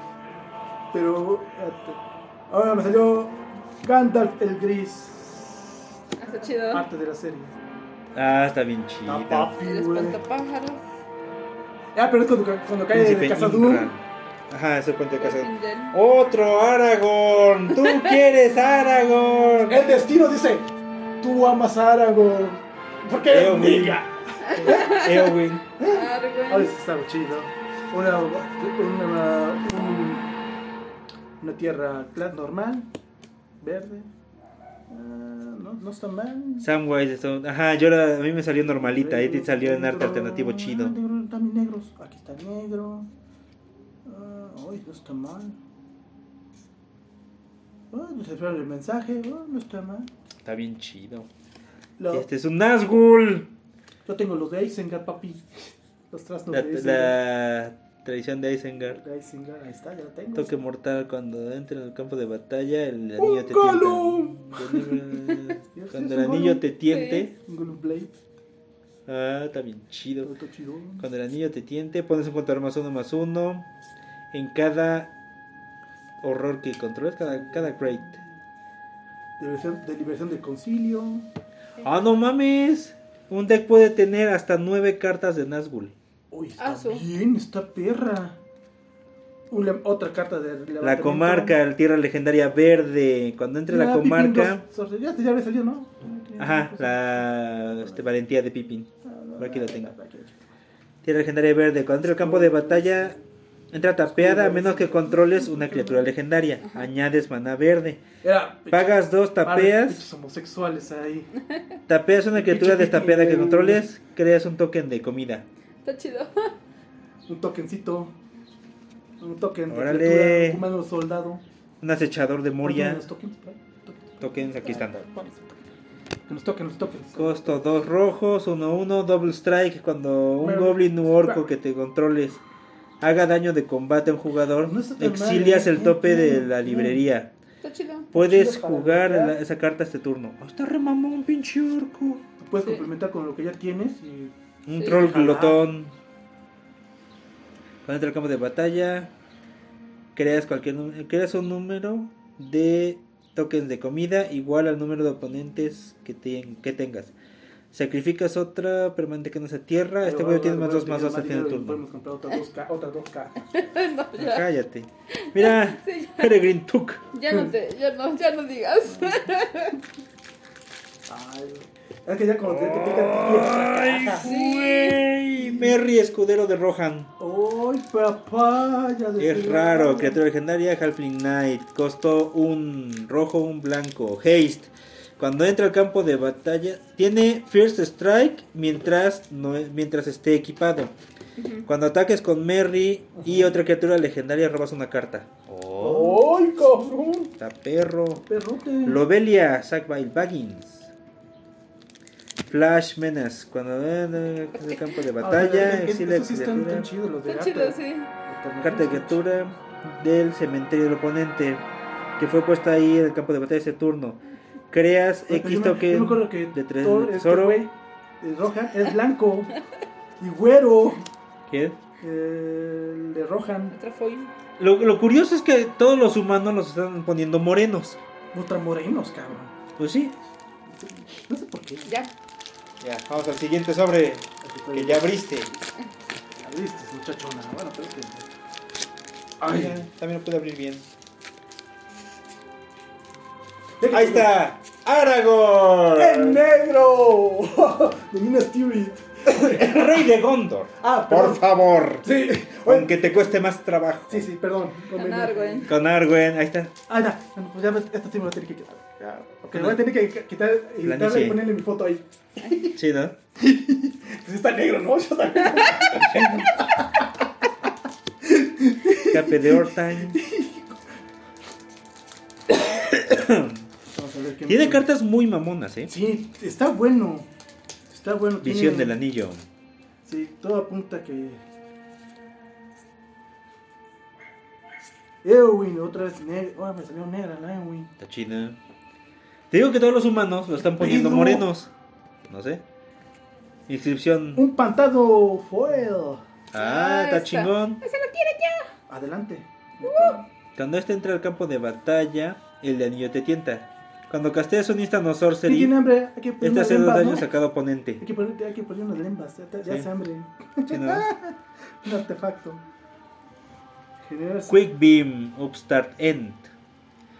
Speaker 2: Pero, espérate. ahora me salió Gandalf el Gris,
Speaker 3: Está chido.
Speaker 2: parte de la serie.
Speaker 1: Ah, está bien
Speaker 2: Está
Speaker 1: chido.
Speaker 2: papi,
Speaker 3: El
Speaker 2: güey.
Speaker 3: espantapájaros.
Speaker 2: Ah, pero es cuando, cuando cae de Cazadum.
Speaker 1: Imran. Ajá, es el puente de Khazad-dûm.
Speaker 3: Findel.
Speaker 1: Otro Aragorn. Tú quieres Aragorn.
Speaker 2: El destino dice, tú amas a Aragorn. ¿Por qué eres
Speaker 1: Eowyn.
Speaker 2: nigga?
Speaker 1: Eowyn.
Speaker 2: Ahora
Speaker 3: Arwen.
Speaker 2: sí está chido. Una, una, un- una tierra cla- normal, verde. Ah, no, no está mal.
Speaker 1: Samwise. Stone- Ajá, yo la- a mí me salió normalita. Ahí te salió en arte alternativo chido.
Speaker 2: Negro, también negros. Aquí está negro. Ah, uy, no está mal. Ah, nos esperaron el mensaje. Ah, no está mal.
Speaker 1: Está bien chido.
Speaker 2: Lo-
Speaker 1: Este es un Nazgul.
Speaker 2: Yo tengo los de Eisengar, papi. Los trasnos
Speaker 1: La,
Speaker 2: de Eisengar.
Speaker 1: la tradición de Isengard.
Speaker 2: De Eisengar, ahí está, ya lo tengo.
Speaker 1: Toque mortal cuando entra en el campo de batalla, el
Speaker 2: ¡Un
Speaker 1: anillo te
Speaker 2: Gollum!
Speaker 1: tienta.
Speaker 2: Dios,
Speaker 1: Cuando
Speaker 2: es
Speaker 1: el
Speaker 2: un
Speaker 1: anillo
Speaker 2: Gollum.
Speaker 1: te tiente,
Speaker 2: Un Golden Blade.
Speaker 1: ah, está bien
Speaker 2: Pero
Speaker 1: chido.
Speaker 2: está chido.
Speaker 1: Cuando el anillo te tiente, pones un contador más uno más uno en cada horror que controles, cada, cada crate.
Speaker 2: Deliberación, deliberación del concilio.
Speaker 1: ¡Ah, no mames! Un deck puede tener hasta nueve cartas de Nazgul.
Speaker 2: Uy, está
Speaker 3: Ah, su.
Speaker 2: bien, está perra. Una- otra carta de
Speaker 1: La
Speaker 2: levantamiento.
Speaker 1: comarca, el tierra legendaria verde. Cuando entre la
Speaker 2: Ah, Pippin,
Speaker 1: comarca,
Speaker 2: los sorte- Ya, ya había salido, ¿no?
Speaker 1: ajá, la este, valentía de Pippin. Por aquí lo tengo.
Speaker 2: Aquí, aquí.
Speaker 1: Tierra legendaria verde. Cuando entra al campo de batalla, entra tapeada a menos que controles una criatura legendaria. Añades maná verde.
Speaker 2: Era.
Speaker 1: Pagas dos,
Speaker 2: pinches
Speaker 1: tapeas.
Speaker 2: homosexuales ahí.
Speaker 1: Tapeas una criatura destapeada que controles. Creas un token de comida.
Speaker 3: Está chido.
Speaker 2: Un tokencito. Un token de
Speaker 1: Órale.
Speaker 2: criatura, humano soldado.
Speaker 1: Un acechador de Moria.
Speaker 2: Los tokens, por ahí? Tokens.
Speaker 1: Tokens, aquí
Speaker 2: Ah,
Speaker 1: están.
Speaker 2: Que nos toquen los tokens.
Speaker 1: Costo 2 rojos, 1-1, double strike. Cuando un
Speaker 2: Pero-
Speaker 1: goblin u orco que te controles haga daño de combate a un jugador,
Speaker 2: No está tan
Speaker 1: exilias
Speaker 2: mal, ¿eh?
Speaker 1: el tope de
Speaker 2: Mm,
Speaker 1: la
Speaker 2: mm.
Speaker 1: librería.
Speaker 3: Está chido.
Speaker 1: Puedes
Speaker 2: Chido para
Speaker 1: jugar
Speaker 2: bloquear.
Speaker 1: la- esa carta este turno. Ah, está re mamón, pinche orco.
Speaker 2: Puedes
Speaker 3: Sí.
Speaker 2: complementar con lo que ya tienes y
Speaker 1: Un
Speaker 3: Sí.
Speaker 1: troll
Speaker 2: Ojalá.
Speaker 1: glotón. Cuando entra al campo de batalla, creas, cualquier, nu- creas un número de tokens de comida igual al número de oponentes que, te- que tengas. Sacrificas otra permanente que no sea tierra. Este güey tiene más dos más dos al final del turno. Ah,
Speaker 2: Podemos comprar otras dos, ca- otras dos cajas.
Speaker 3: Eh, No, pues ya.
Speaker 1: Cállate. Mira,
Speaker 3: Sí,
Speaker 1: Peregrine Tuk.
Speaker 3: ya, ya no te, ya no, ya no digas.
Speaker 2: Ay, es que ya cuando te, te pican te quiebra la caja.
Speaker 3: Sí.
Speaker 1: güey! Merry, escudero de Rohan.
Speaker 2: ¡Ay, papá! Ya
Speaker 1: Es
Speaker 2: decía.
Speaker 1: raro, criatura legendaria, Halfling Knight. Costó un rojo, un blanco. Haste. Cuando entra al campo de batalla, tiene First Strike mientras, no, mientras esté equipado.
Speaker 3: Ujú.
Speaker 1: Cuando ataques con Merry y otra criatura legendaria, robas una carta.
Speaker 2: ¡Ay, cabrón!
Speaker 1: Está perro.
Speaker 2: Perrote.
Speaker 1: Lobelia, Sackbile Baggins. Flash Menace. Cuando entra al campo de batalla,
Speaker 2: Esos
Speaker 1: exilia
Speaker 2: sí están
Speaker 1: criatura.
Speaker 2: tan chidos los de
Speaker 3: Está
Speaker 2: arte.
Speaker 3: chido, sí.
Speaker 2: Alternativos
Speaker 1: carta de
Speaker 2: están
Speaker 1: criatura del cementerio del oponente que fue puesta ahí en el campo de batalla ese turno. Creas
Speaker 2: chidos.
Speaker 1: X
Speaker 2: Yo me- Yo me acuerdo
Speaker 1: token
Speaker 2: que
Speaker 1: de tres
Speaker 2: Thor,
Speaker 1: de
Speaker 2: este
Speaker 1: tesoro.
Speaker 2: güey, eh, Rohan, es blanco y güero.
Speaker 1: ¿Qué?
Speaker 2: Eh, El de Rohan,
Speaker 3: Otra foil.
Speaker 1: Lo, lo curioso es que todos los humanos los están poniendo morenos.
Speaker 2: ultra morenos, cabrón.
Speaker 1: Pues sí.
Speaker 2: No sé por qué.
Speaker 3: Ya.
Speaker 1: Ya, vamos al siguiente sobre que ya abriste.
Speaker 2: Abriste, muchachona. Bueno, pero es que.
Speaker 1: Ya, también lo puede abrir bien.
Speaker 2: Déjame-
Speaker 1: Ahí está. Aragorn.
Speaker 2: ¡En negro! De Minas Tirith.
Speaker 1: Rey de Gondor.
Speaker 2: Ah,
Speaker 1: Por
Speaker 2: perdón.
Speaker 1: favor.
Speaker 2: Sí, oye,
Speaker 1: Aunque te cueste más trabajo.
Speaker 2: sí, sí, perdón. no me-
Speaker 3: Con Arwen.
Speaker 1: Con Arwen, ahí está.
Speaker 2: Ah, ya. Bueno, pues ya ves, esta sí me la tiene que quitar. Ok,
Speaker 1: Con
Speaker 2: voy a
Speaker 1: Ar-
Speaker 2: tener que quitar, editarla
Speaker 1: Planicie.
Speaker 2: y ponerle mi foto ahí.
Speaker 1: Sí, ¿no?
Speaker 2: Pues está negro, ¿no? Yo también.
Speaker 1: Escape de Ortime.
Speaker 2: Vamos a ver qué
Speaker 1: Tiene
Speaker 2: me-
Speaker 1: cartas muy mamonas, ¿eh?
Speaker 2: Sí, está bueno. Está bueno. tiene-
Speaker 1: Visión del anillo.
Speaker 2: Sí, todo apunta que. Eowyn, otra vez negra. Ahora me salió negra la Eowyn.
Speaker 1: Está chida. Te digo que todos los humanos lo están poniendo
Speaker 2: Pero-
Speaker 1: morenos. No sé. Inscripción.
Speaker 2: Un pantado foil.
Speaker 1: Ah,
Speaker 3: Ah,
Speaker 1: está
Speaker 3: esta.
Speaker 1: chingón.
Speaker 2: Adelante.
Speaker 1: Cuando este entra al campo de batalla, el de anillo te tienta. Cuando casteas un instant o
Speaker 2: Si tiene
Speaker 1: sorcery,
Speaker 2: hambre, hay que poner
Speaker 1: este
Speaker 2: unas
Speaker 1: hace dos
Speaker 2: lembas,
Speaker 1: daños
Speaker 2: ¿no?
Speaker 1: a cada oponente.
Speaker 2: Hay que poner, hay que poner unas lembas. Ya, ya
Speaker 1: Sí.
Speaker 2: hace hambre.
Speaker 1: Sí, ¿no?
Speaker 2: Un artefacto. Generas
Speaker 1: Quick Beam, Upstart End.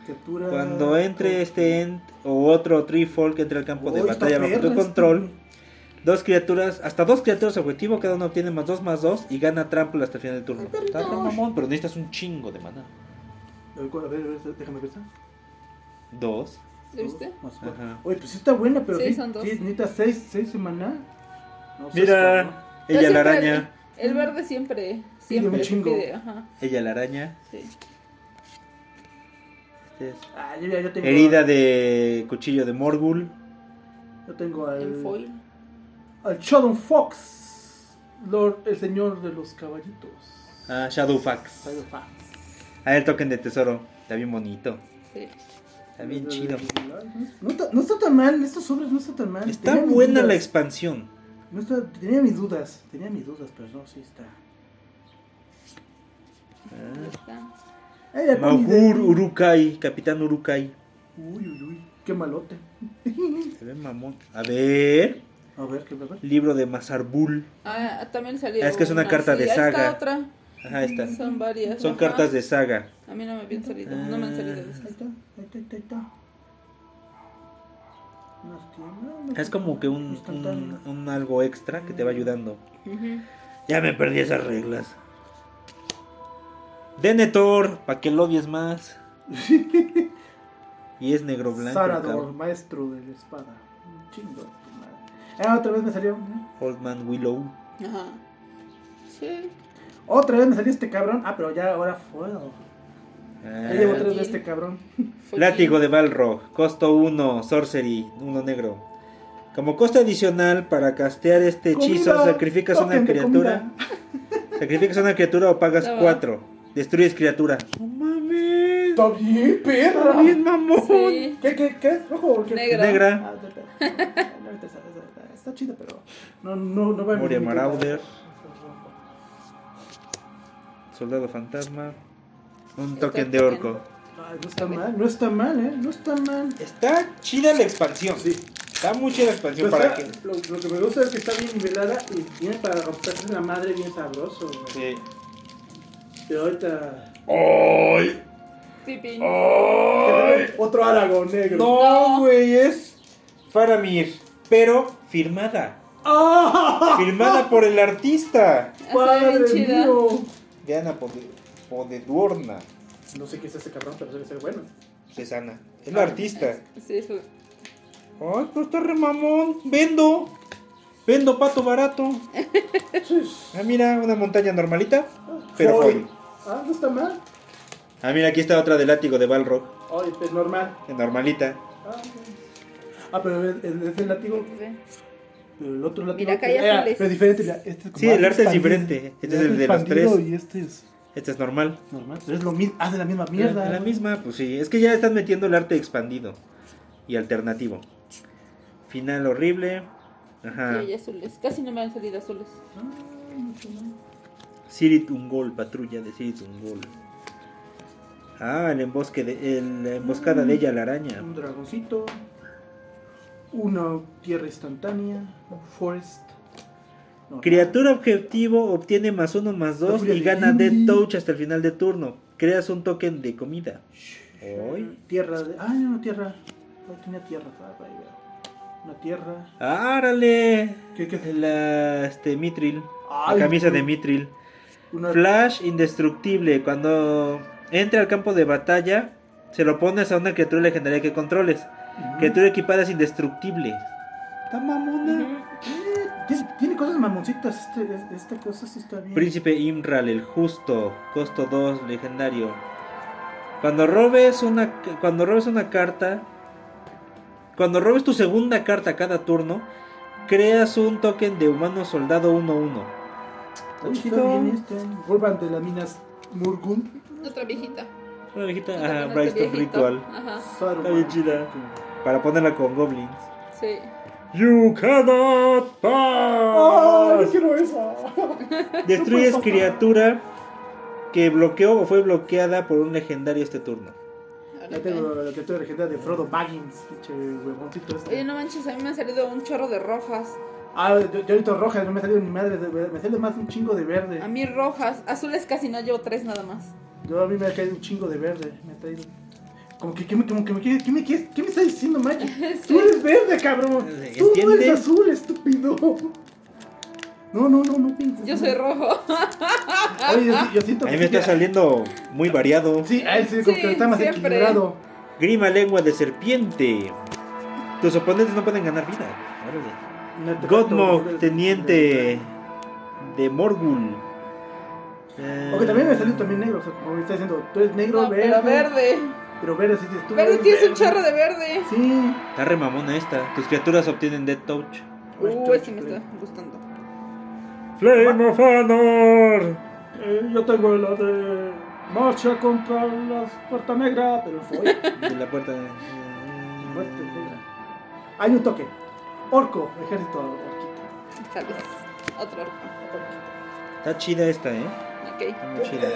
Speaker 2: criatura.
Speaker 1: Cuando entre este End o otro Treefall que entre al campo de
Speaker 2: Oh, está
Speaker 1: batalla bajo
Speaker 2: perro
Speaker 1: tu
Speaker 2: este.
Speaker 1: control, Dos criaturas, hasta dos criaturas objetivo, cada uno obtiene más dos más dos y gana trample hasta el final del turno.
Speaker 3: Ay,
Speaker 1: Está re
Speaker 3: perdón.
Speaker 1: mamón, pero necesitas un chingo de mana.
Speaker 2: A ver, cu- a ver, a ver, déjame ver. esta.
Speaker 1: Dos.
Speaker 3: ¿Lo viste?
Speaker 2: Más
Speaker 1: Ajá.
Speaker 2: cuatro. Oye, pues sí está buena, pero
Speaker 3: Sí,
Speaker 2: sí,
Speaker 3: son dos.
Speaker 2: sí, necesitas seis, seis semanas. No, seas cabrón.
Speaker 1: Mira,
Speaker 3: Yo
Speaker 1: ella la
Speaker 3: siempre-
Speaker 1: araña,
Speaker 3: El verde siempre,
Speaker 2: Pide un
Speaker 3: siempre
Speaker 2: chingo.
Speaker 3: pide, ajá,
Speaker 1: ella la araña.
Speaker 3: sí.
Speaker 1: Este es-
Speaker 2: Ah, yo, ya- yo tengo.
Speaker 1: Herida de cuchillo de Morgul.
Speaker 2: Yo tengo
Speaker 3: El
Speaker 2: al.
Speaker 3: foil.
Speaker 2: Al Shadow Fox. Lord, el señor de los caballitos.
Speaker 1: Ah, Shadowfax.
Speaker 2: Shadow Fox.
Speaker 1: Ah, el token de tesoro. Está bien bonito.
Speaker 3: Sí.
Speaker 1: Está bien chido.
Speaker 2: No está, no está tan mal, estos sobres no están tan mal.
Speaker 1: Está
Speaker 2: Tenía mis
Speaker 1: buena la
Speaker 2: dudas.
Speaker 1: expansión.
Speaker 2: No está- tenía mis dudas, tenía mis dudas, pero no, sí está.
Speaker 3: ahí
Speaker 1: Ah.
Speaker 3: está.
Speaker 2: Ay, ya poní de-
Speaker 1: Mahur Ah. Urukai, Capitán Urukai.
Speaker 2: Uy, uy, uy, qué malote.
Speaker 1: Se ve mamón. A ver,
Speaker 2: A ver, qué ver.
Speaker 1: libro de Mazarbul.
Speaker 3: Ah, también salió.
Speaker 1: Ah, es que es una carta de
Speaker 3: ahí está
Speaker 1: saga.
Speaker 3: otra.
Speaker 1: Ajá, ahí está.
Speaker 3: Son varias.
Speaker 1: Son
Speaker 3: ajá.
Speaker 1: cartas de saga.
Speaker 3: A mí no me habían salido, no me han salido de
Speaker 2: Ahí
Speaker 3: esas.
Speaker 2: está, ahí está, ahí está. No es que- no, no-
Speaker 1: Es como que un,
Speaker 2: no están Mm.
Speaker 1: un,
Speaker 2: tan-
Speaker 1: un algo extra que te va ayudando.
Speaker 3: Ujú.
Speaker 1: Ya me perdí esas reglas. Denethor, para que lo odies más. y es negro blanco.
Speaker 2: Sarador,
Speaker 1: cabrón.
Speaker 2: maestro de la espada. Un Chingo. de tu Eh, madre. Ah, otra vez me salió.
Speaker 1: Old Man Willow.
Speaker 3: Ajá. Sí.
Speaker 2: Otra vez me salió este cabrón. Ah, pero ya ahora fue. Ya llevo
Speaker 1: Ah,
Speaker 2: tres de este cabrón.
Speaker 1: látigo de Balrog, costo 1, sorcery, 1 negro. Como costo adicional para castear este hechizo,
Speaker 2: Comida,
Speaker 1: sacrificas una
Speaker 2: token de
Speaker 1: criatura.
Speaker 2: comida.
Speaker 1: Sacrificas una criatura o pagas
Speaker 3: No.
Speaker 1: 4. Destruyes criatura. ¡No mames!
Speaker 4: Está bien, perra.
Speaker 1: Bien, mamón.
Speaker 3: Sí.
Speaker 2: ¿Qué, qué, qué? Rojo, ¿o qué?
Speaker 3: Negra.
Speaker 1: Negra.
Speaker 2: Ah, no, no, no, está- está- Está chido, pero. No, no, no va a
Speaker 1: Moria Marauder. Soldado fantasma. Un
Speaker 3: Está
Speaker 1: token de
Speaker 3: token.
Speaker 1: orco.
Speaker 2: Ay, No está mal, no está mal, ¿eh? No está mal.
Speaker 1: Está chida la expansión.
Speaker 4: Sí.
Speaker 1: Está muy chida la expansión.
Speaker 4: Pero
Speaker 1: para
Speaker 4: está-
Speaker 1: que...
Speaker 2: Pues, ah, Lo, lo que me gusta es que está bien nivelada y tiene para romperse la madre bien sabroso, güey.
Speaker 1: Sí.
Speaker 2: Pero ahorita.
Speaker 1: ¡Ay!
Speaker 3: Pipi.
Speaker 1: Oh.
Speaker 4: Otro Aragón negro.
Speaker 1: No,
Speaker 3: No.
Speaker 1: güey, es Faramir, pero firmada.
Speaker 2: ¡Ah!
Speaker 1: Firmada por el artista.
Speaker 3: Está bien
Speaker 2: ¡Padre
Speaker 3: chida.
Speaker 2: mío!
Speaker 1: Diana Pode- Podedurna.
Speaker 2: No sé qué es ese cabrón, pero debe ser bueno.
Speaker 1: Cesana. Es
Speaker 3: Ah.
Speaker 1: la artista.
Speaker 3: Sí, eso.
Speaker 1: Ay, pero está re mamón. Vendo. Vendo pato barato. Ah, mira, una montaña normalita. Pero
Speaker 2: Foil.
Speaker 1: foil.
Speaker 2: Ah, no está mal.
Speaker 1: Ah, mira, aquí está otra de látigo de Balrog.
Speaker 2: Ay, pues normal.
Speaker 1: de Normalita.
Speaker 2: Ah, ok. Ah, pero es, es- es el látigo. Pero el otro látigo.
Speaker 3: Mira, acá ya
Speaker 2: Ah,
Speaker 3: sales.
Speaker 2: pero diferente, mira. Este es como
Speaker 1: Sí, el arte es
Speaker 2: expandido.
Speaker 1: diferente. Este es el de los
Speaker 2: expandido
Speaker 1: tres.
Speaker 2: Y este es
Speaker 1: Este es normal.
Speaker 2: normal. Pero es lo mismo. Hace la misma
Speaker 1: La,
Speaker 2: mierda.
Speaker 1: la misma, pues sí. Es que ya están metiendo el arte expandido y alternativo. Final horrible. Ajá.
Speaker 3: Sí, hay azules. Casi no me han salido azules.
Speaker 1: Sirit Ungol, patrulla de Sirit Ungol. Ah, el embosque de, el- la emboscada
Speaker 2: Mm.
Speaker 1: de ella, la araña.
Speaker 2: Un dragoncito. Una tierra instantánea. Un forest. No,
Speaker 1: Criatura objetivo obtiene más uno más
Speaker 2: La
Speaker 1: dos
Speaker 2: furia
Speaker 1: y
Speaker 2: de
Speaker 1: gana Dead
Speaker 2: Indy.
Speaker 1: Touch hasta el final de turno. Creas un token de comida. Ay.
Speaker 2: Tierra de. Ah, no, tierra. Ay, tenía tierra. ah, para ahí, vea. Una tierra.
Speaker 1: Ah, ¡Árale!
Speaker 2: ¿Qué, qué es
Speaker 1: La, este, Mitril.
Speaker 2: Ay,
Speaker 1: la camisa de
Speaker 2: güey.
Speaker 1: Mitril.
Speaker 2: Una
Speaker 1: Flash indestructible. Cuando entra al campo de batalla, se lo pones a una criatura legendaria que controles.
Speaker 2: Ujú.
Speaker 1: Criatura equipada es indestructible. Está mamona.
Speaker 2: Eh, Tiene, tiene cosas mamoncitas. Este, es- esta cosa sí está bien.
Speaker 1: Príncipe Imral, el justo. Costo 2, legendario. Cuando robes una cuando robes una carta, cuando robes tu segunda carta cada turno, creas un token de humano soldado 1-1.
Speaker 2: Uy, está bien este. Vuelvan de las minas Murgun.
Speaker 3: Otra viejita.
Speaker 1: Una viejita,
Speaker 3: Otra
Speaker 1: ajá,
Speaker 3: con otro
Speaker 1: Brightstone
Speaker 3: este viejito.
Speaker 1: Ah, Ritual.
Speaker 3: Ajá.
Speaker 1: Está bien chida. Para ponerla con goblins.
Speaker 3: Sí.
Speaker 1: You cannot
Speaker 4: ¡Ay, no
Speaker 1: pass.
Speaker 4: quiero esa!
Speaker 1: Destruyes
Speaker 4: No puedes pasar.
Speaker 1: criatura que bloqueó o fue bloqueada por un legendario este turno.
Speaker 2: Ya tengo la criatura legendaria de Frodo Baggins. Pinche huevoncito este.
Speaker 3: Oye, no manches, a mí me han salido un chorro de rojas.
Speaker 2: Ah, yo, yo ahorita roja, no me salió ni madre. de- me salió más un chingo de verde.
Speaker 3: A mí rojas. Azules casi no, llevo tres nada más.
Speaker 2: Yo a mí me ha caído un chingo de verde. Me ha traído. Como que, ¿qué me, como que me, quieres- ¿qué me, quieres- qué me está diciendo, Magic? Tú eres verde, cabrón.
Speaker 1: Sí,
Speaker 2: Tú no
Speaker 1: ¿entiendes?
Speaker 2: eres azul, estúpido. No, no, no, no pienses.
Speaker 3: Yo soy rojo.
Speaker 2: Oye, yo, yo siento
Speaker 1: A mí me está
Speaker 2: sí,
Speaker 1: saliendo muy variado.
Speaker 2: Sí, a él sí, como
Speaker 3: Sí,
Speaker 2: que está más
Speaker 3: siempre.
Speaker 2: equilibrado.
Speaker 1: Grima lengua de serpiente. Tus oponentes no pueden ganar vida. Órale.
Speaker 2: Un artefacto de-
Speaker 1: Godmog,
Speaker 2: de-
Speaker 1: teniente de Morgul. Eh,
Speaker 2: Aunque también me salió también negro, o sea, como me está diciendo, tú eres negro,
Speaker 3: No,
Speaker 2: verde.
Speaker 3: pero verde.
Speaker 2: Pero verde, sí, tú
Speaker 3: Verde
Speaker 2: eres
Speaker 3: tienes un
Speaker 2: verde.
Speaker 3: chorro de verde.
Speaker 2: Sí.
Speaker 1: Está re mamona esta. Tus criaturas obtienen Dead Touch.
Speaker 3: Uh, este me está gustando.
Speaker 1: Flame of Honor.
Speaker 2: Eh, yo tengo la de marcha contra la puerta negra, pero fue.
Speaker 1: De la puerta. de-
Speaker 2: Muerte negra. Hay un toque. Orco, ejército orquito.
Speaker 3: Tal vez. Otro orco.
Speaker 2: orquito.
Speaker 1: Está chida esta, eh.
Speaker 3: Ok.
Speaker 1: Está muy chida.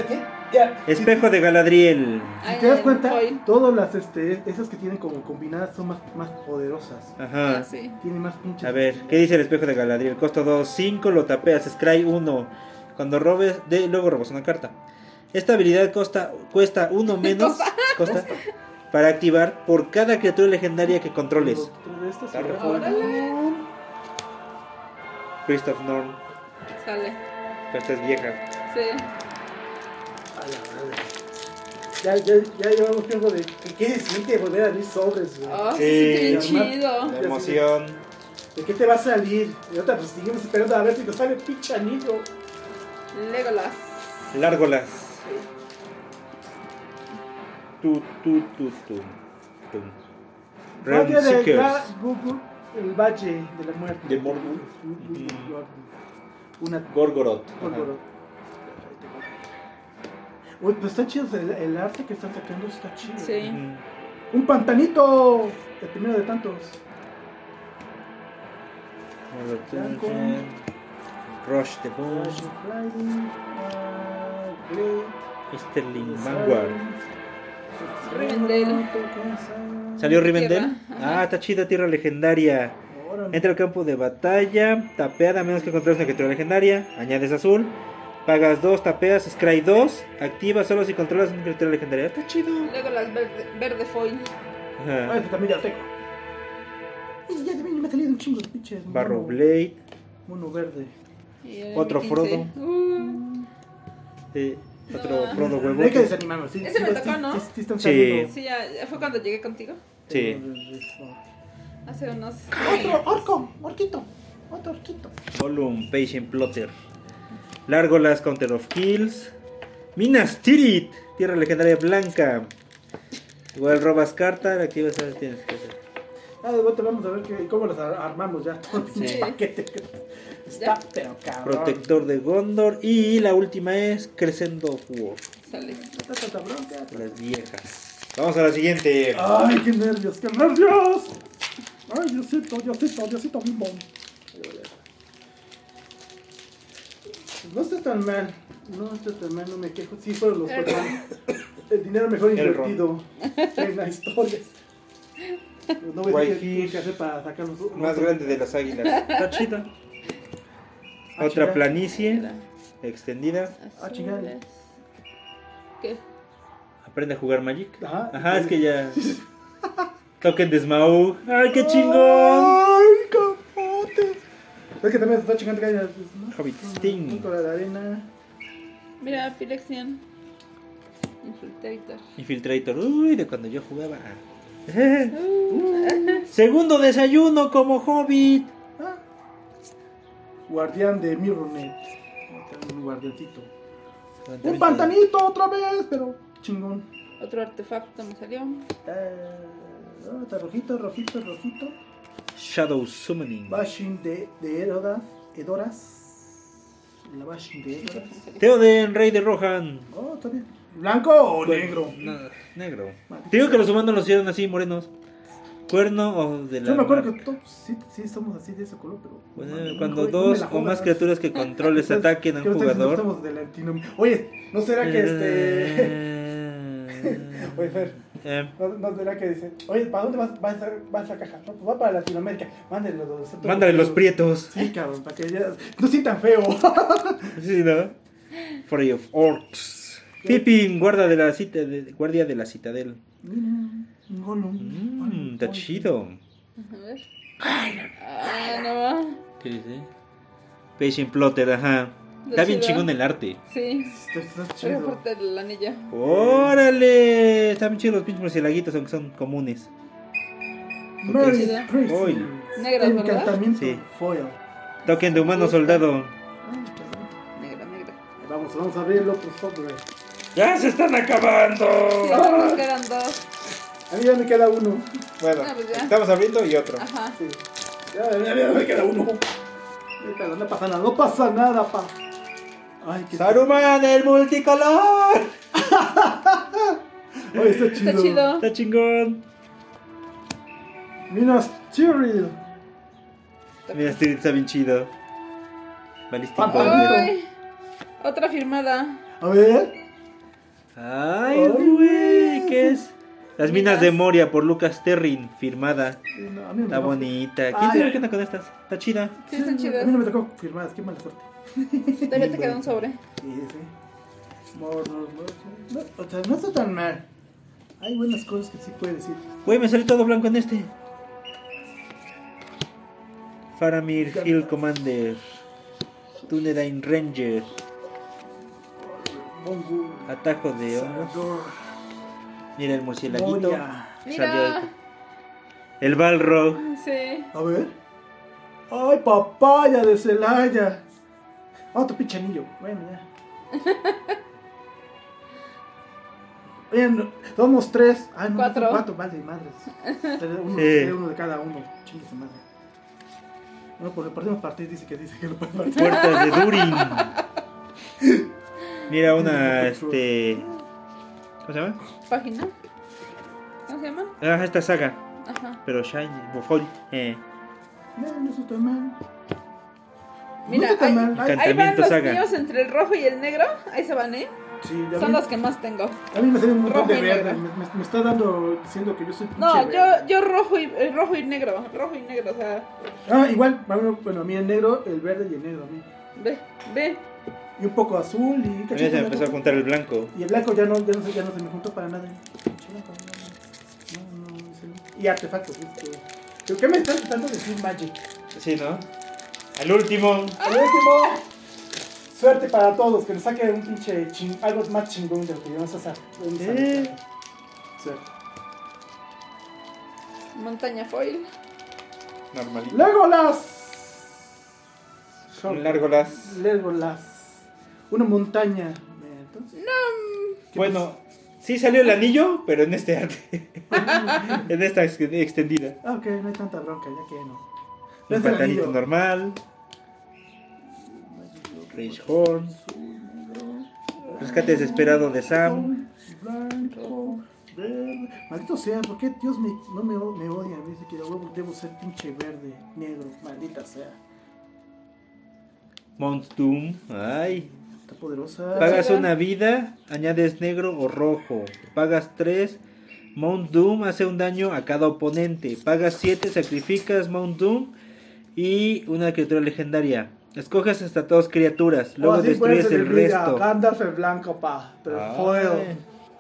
Speaker 2: Ya.
Speaker 1: Espejo de Galadriel.
Speaker 2: Si te das
Speaker 3: Ay,
Speaker 2: cuenta,
Speaker 3: foil.
Speaker 2: todas las este, esas que tienen como combinadas son más, más poderosas.
Speaker 3: Ah,
Speaker 1: Ajá.
Speaker 3: sí.
Speaker 2: Tienen más pinches.
Speaker 1: A ver, ¿qué dice el espejo de Galadriel? Costo 2, 5, lo tapeas, Scry 1. Cuando robes, de, luego robas una carta. Esta habilidad costa, cuesta 1 menos costa, para activar por cada criatura legendaria que controles.
Speaker 2: Tres de estas,
Speaker 1: Claro.
Speaker 2: ahora-
Speaker 3: Órale.
Speaker 1: Christoph Norn,
Speaker 3: Sale.
Speaker 1: pero esta es vieja.
Speaker 3: Sí.
Speaker 2: A la madre. Ya, ya, ya llevamos tiempo de. ¿Qué, qué se siente volver a abrir sobres, güey?
Speaker 3: Oh,
Speaker 1: Sí.
Speaker 3: se siente bien
Speaker 2: Armar-
Speaker 3: chido.
Speaker 1: La emoción.
Speaker 2: ¿De qué te va a salir? Y otra, pues seguimos esperando a ver si nos sale el pinche anillo.
Speaker 3: Legolas.
Speaker 1: Lárgolas. Tu, tu, tu, tu. tu. Ren
Speaker 4: Roger de
Speaker 1: Seekers.
Speaker 4: Gra- Gugu, el valle de la muerte.
Speaker 1: De Morgul.
Speaker 4: Gugu,
Speaker 1: Ujú.
Speaker 4: Gorgul. Una
Speaker 1: Gorgorot. Ajá.
Speaker 4: Gorgoroth.
Speaker 2: Uy, pues está chido. El, el arte que están sacando está chido.
Speaker 3: Sí.
Speaker 1: Mm.
Speaker 4: Un pantanito. El primero de tantos.
Speaker 1: Gorgorot. Rush the
Speaker 2: Flash
Speaker 1: Bones.
Speaker 2: and Friday, ah, Blade,
Speaker 1: Easterling
Speaker 2: Design,
Speaker 1: Vanguard.
Speaker 3: Rivendell.
Speaker 2: Tokensai.
Speaker 1: ¿Salió Rivendell?
Speaker 3: Tierra, ajá.
Speaker 1: Ah, está chida, tierra legendaria.
Speaker 2: Órale.
Speaker 1: Entra al campo de batalla, tapeada a menos que encontres una criatura legendaria, añades azul, pagas 2, tapeas, scry 2, activa solo si controlas una criatura legendaria. Está chido.
Speaker 3: Luego las verde, verde foil.
Speaker 2: Ah,
Speaker 1: Ajá.
Speaker 2: este también ya tengo. Y ya también me ha salido un chingo de pinches. mono-
Speaker 1: Barro Blade.
Speaker 2: Mono verde.
Speaker 3: Y el
Speaker 1: Otro
Speaker 3: 15.
Speaker 1: Frodo.
Speaker 3: Uh,
Speaker 1: eh, otro
Speaker 3: No.
Speaker 1: Frodo huevo.
Speaker 2: Hay que desanimarnos. Sí,
Speaker 3: Ese
Speaker 2: sí,
Speaker 3: me
Speaker 2: sí,
Speaker 3: tocó,
Speaker 2: sí,
Speaker 3: ¿no?
Speaker 2: Sí, sí, están
Speaker 1: Sí.
Speaker 2: saliendo.
Speaker 3: sí, ya, ya fue cuando llegué contigo.
Speaker 1: Sí.
Speaker 3: Hace unos.
Speaker 2: Otro orco, orquito. Otro orquito.
Speaker 1: Column, Patient Plotter. Largolas, Counter of Kills. Minas Tirith, tierra legendaria blanca. Igual robas carta, la activas, ¿sabes? tienes que hacer.
Speaker 2: Ah, de vuelta vamos a ver que, cómo las ar- armamos ya. Todo el pinche
Speaker 1: Sí.
Speaker 2: paquete. Está, pero cabrón.
Speaker 1: Protector de Gondor. Y la última es Crescendo of War.
Speaker 3: Sale.
Speaker 2: No está tanta bronca.
Speaker 1: Las viejas. Vamos a la siguiente.
Speaker 2: Ay, qué nervios, qué nervios. Ay, Diosito, Diosito, Diosito mismo.
Speaker 4: No está tan mal. No está tan mal, no me quejo. Sí, fueron los Pokémon. El dinero mejor
Speaker 1: El
Speaker 4: invertido en la historia. Pero No voy a
Speaker 1: White
Speaker 4: decir qué-
Speaker 1: Fish.
Speaker 4: qué hacer para sacar los los-
Speaker 1: Más grande de las águilas. Está chida. Otra
Speaker 2: chida.
Speaker 1: planicie extendida.
Speaker 2: Ah, chingada.
Speaker 3: Azules. ¿Qué?
Speaker 1: Aprende a jugar Magic.
Speaker 4: Ajá.
Speaker 1: Ajá, es que ya. Token de Smaug. ¡Ay, qué chingón!
Speaker 2: Ay, capote.
Speaker 4: Es que también se está chingando que haya. pues, ¿no?
Speaker 1: Hobbit
Speaker 4: Un
Speaker 1: Sting.
Speaker 4: poco de la arena.
Speaker 3: Mira, Pilexian. Infiltrator.
Speaker 1: Infiltrator. Uy, de cuando yo jugaba. Uh. Segundo desayuno como hobbit.
Speaker 2: Ah,
Speaker 4: Guardián de Mirronet. Un guardiancito.
Speaker 2: un pantanito otra vez, pero chingón.
Speaker 3: Otro artefacto me salió.
Speaker 2: Eh, ah, está rojito, rojito, rojito.
Speaker 1: Shadow Summoning.
Speaker 2: Bashing de, de Edoras. Edoras. La bashing de Edoras.
Speaker 1: Theoden, rey de Rohan.
Speaker 2: Oh, está bien. ¿Blanco o negro?
Speaker 1: Pues, No, negro. Te digo que los humanos los hicieron así, morenos. Cuerno o de la.
Speaker 2: Yo me acuerdo
Speaker 1: marca.
Speaker 2: que todos sí, sí somos así de ese color, pero.
Speaker 1: Bueno,
Speaker 2: no, no,
Speaker 1: cuando
Speaker 2: no, no me
Speaker 1: dos
Speaker 2: la
Speaker 1: o
Speaker 2: jodas.
Speaker 1: más criaturas que controles
Speaker 2: Entonces,
Speaker 1: ataquen a
Speaker 2: ¿qué
Speaker 1: un
Speaker 2: me estás diciendo?
Speaker 1: jugador.
Speaker 2: Estamos de Latinoamérica. Oye, ¿no será que este.?
Speaker 1: Eh,
Speaker 4: Oye, Fer.
Speaker 1: eh,
Speaker 4: No, no será que dice, oye, ¿para dónde vas, vas, esa- vas esa caja? No, pues va para Latinoamérica. Mándale los.
Speaker 1: Mándale los prietos.
Speaker 2: Sí, cabrón, para que ya. No sientan feo.
Speaker 1: Sí, ¿no? Fray of Orcs. Pippin, guarda de la cita de- guardia de la citadel.
Speaker 2: Mira, un golum.
Speaker 1: Mmm, Mm, está chido.
Speaker 3: A ver. Ah, no.
Speaker 1: ¿Qué dice? Patient Plotter, ajá. Está bien
Speaker 3: Chido.
Speaker 1: chingón el arte.
Speaker 3: Sí.
Speaker 2: Está, está
Speaker 3: Era
Speaker 2: chido.
Speaker 3: parte del anillo.
Speaker 1: ¡Órale! Están bien chidos los pinches murciélaguitos, aunque son comunes.
Speaker 2: Mary
Speaker 3: Chido.
Speaker 2: Priestley.
Speaker 1: Foil.
Speaker 3: Negro, ¿verdad?
Speaker 2: Encantamiento.
Speaker 1: Sí.
Speaker 2: Foil.
Speaker 1: Token de humano soldado.
Speaker 2: Ay, perdón.
Speaker 3: Negro, negro.
Speaker 4: Vamos, vamos a abrir el otro sobre.
Speaker 1: ¡Ya se están acabando!
Speaker 3: Sí,
Speaker 1: Oh.
Speaker 3: ahora nos quedan dos.
Speaker 4: A mí ya me queda uno.
Speaker 1: Bueno,
Speaker 3: Ah, pues ya. Ah.
Speaker 1: estamos abriendo y otro.
Speaker 3: Ajá.
Speaker 4: Sí.
Speaker 2: Ya, ya, ya, me queda uno. Ay, perdón, No pasa nada, no pasa nada, pa. Ay, qué.
Speaker 1: ¡Saruman el multicolor!
Speaker 2: Oye, está chido.
Speaker 3: Está chido.
Speaker 1: Está chingón.
Speaker 2: Minas Tirith.
Speaker 1: Mira, este está bien chido. este Ballistic
Speaker 2: Papá.
Speaker 1: Bomber.
Speaker 3: Ay, otra firmada.
Speaker 2: A ver.
Speaker 1: Ay, güey, ¿qué es? Las minas de Moria por Lucas Terrin, firmada.
Speaker 2: Sí, no, a mí
Speaker 1: Está
Speaker 2: no me gusta.
Speaker 1: bonita.
Speaker 2: Ay.
Speaker 1: ¿Quién sabe qué onda con estas? Está chida.
Speaker 3: Sí, están
Speaker 2: A mí no
Speaker 3: chidas.
Speaker 2: me tocó firmadas, qué mala suerte.
Speaker 3: Todavía te queda un sobre.
Speaker 2: Sí, sí. Mordor, Mordor. No, o sea, no está tan mal. Hay buenas cosas que sí puede decir.
Speaker 1: Güey, me salió todo blanco en este. Faramir Hill Commander. Tunedain Ranger.
Speaker 2: Bongo,
Speaker 1: Atajo de hombros.
Speaker 2: Salvador,
Speaker 1: Mira el murciélaguito.
Speaker 2: Moria.
Speaker 1: Salió
Speaker 3: Mira.
Speaker 1: ahí. El Balrog.
Speaker 3: Sí.
Speaker 2: A ver. Ah, Ay, papaya de Celaya. Otro pinche anillo. Bueno, ya. Oye, no, somos tres. Ah, no,
Speaker 3: Cuatro.
Speaker 2: son cuatro, vale, madres. Pero Uno,
Speaker 1: Sí.
Speaker 2: uno de cada uno. Chingue su madre. No, pues repartimos partidos, dice que dice que lo podemos partir.
Speaker 1: Puertas de Durin. Mira una, este... ¿Cómo se llama?
Speaker 3: Página. ¿Cómo se llama?
Speaker 1: Ah, esta saga.
Speaker 3: Ajá.
Speaker 1: Pero Shiny, Bofol, eh,
Speaker 2: No, no está tan mal.
Speaker 3: Mira,
Speaker 2: no está tan
Speaker 3: hay-
Speaker 2: mal. Ay,
Speaker 3: Ahí van
Speaker 1: Encantamiento
Speaker 3: los
Speaker 1: saga.
Speaker 3: míos entre el rojo y el negro. Ahí se van, ¿eh?
Speaker 2: sí, ya
Speaker 3: Son
Speaker 2: vi.
Speaker 3: los que más tengo.
Speaker 2: A mí me sale un montón
Speaker 3: Rojo
Speaker 2: de
Speaker 3: y
Speaker 2: verde. Me,
Speaker 3: negro.
Speaker 2: me- me está dando diciendo que yo soy pinche
Speaker 3: No,
Speaker 2: verde.
Speaker 3: yo, yo rojo y eh, rojo y negro, rojo y negro, o sea,
Speaker 2: Ah, igual, bueno, bueno, a mí el negro, el verde y el negro a mí.
Speaker 3: ve, ve.
Speaker 2: Y un poco azul y
Speaker 1: A mí se me empezó a
Speaker 2: cachito.
Speaker 1: juntar el blanco.
Speaker 2: Y el blanco ya no, ya no, se- ya no se me juntó para nada. Pinche blanco, no, no, no, no, ese no. Y artefactos, este. ¿Pero qué me estás tratando de decir Magic?
Speaker 1: Sí, ¿no? Al último.
Speaker 2: El último.
Speaker 4: Suerte para todos, que nos saque un pinche ching, algo más chingón de lo que vamos a hacer.
Speaker 1: Eh.
Speaker 2: Suerte.
Speaker 3: Montaña foil.
Speaker 1: Normalito.
Speaker 2: Legolas.
Speaker 1: Un largo las.
Speaker 2: Legolas. Una montaña. Eh, Entonces, ¿qué
Speaker 1: Bueno, sí salió el anillo, pero en este arte. en esta ex- extendida.
Speaker 2: Ah, ok, no hay tanta bronca, ya que no.
Speaker 1: Un
Speaker 2: Es el anillo.
Speaker 1: platanito normal. Rage Horn. Rescate desesperado de Sam.
Speaker 2: Blanco, verde. Maldito sea, ¿por qué Dios me, no me, o- me odia? Me dice que de huevo debo ser pinche verde, negro, maldita sea.
Speaker 1: Mount Doom. Ay.
Speaker 2: Está poderosa.
Speaker 1: Pagas una vida, añades negro o rojo. Pagas 3. Mount Doom hace un daño a cada oponente. Pagas 7, sacrificas Mount Doom y una criatura legendaria. Escoges hasta dos criaturas,
Speaker 2: O
Speaker 1: luego
Speaker 2: Oh, así puede
Speaker 1: destruyes el
Speaker 2: servir a
Speaker 1: resto.
Speaker 2: Gandalf el blanco, pa. Pero
Speaker 1: Ay.
Speaker 2: foil.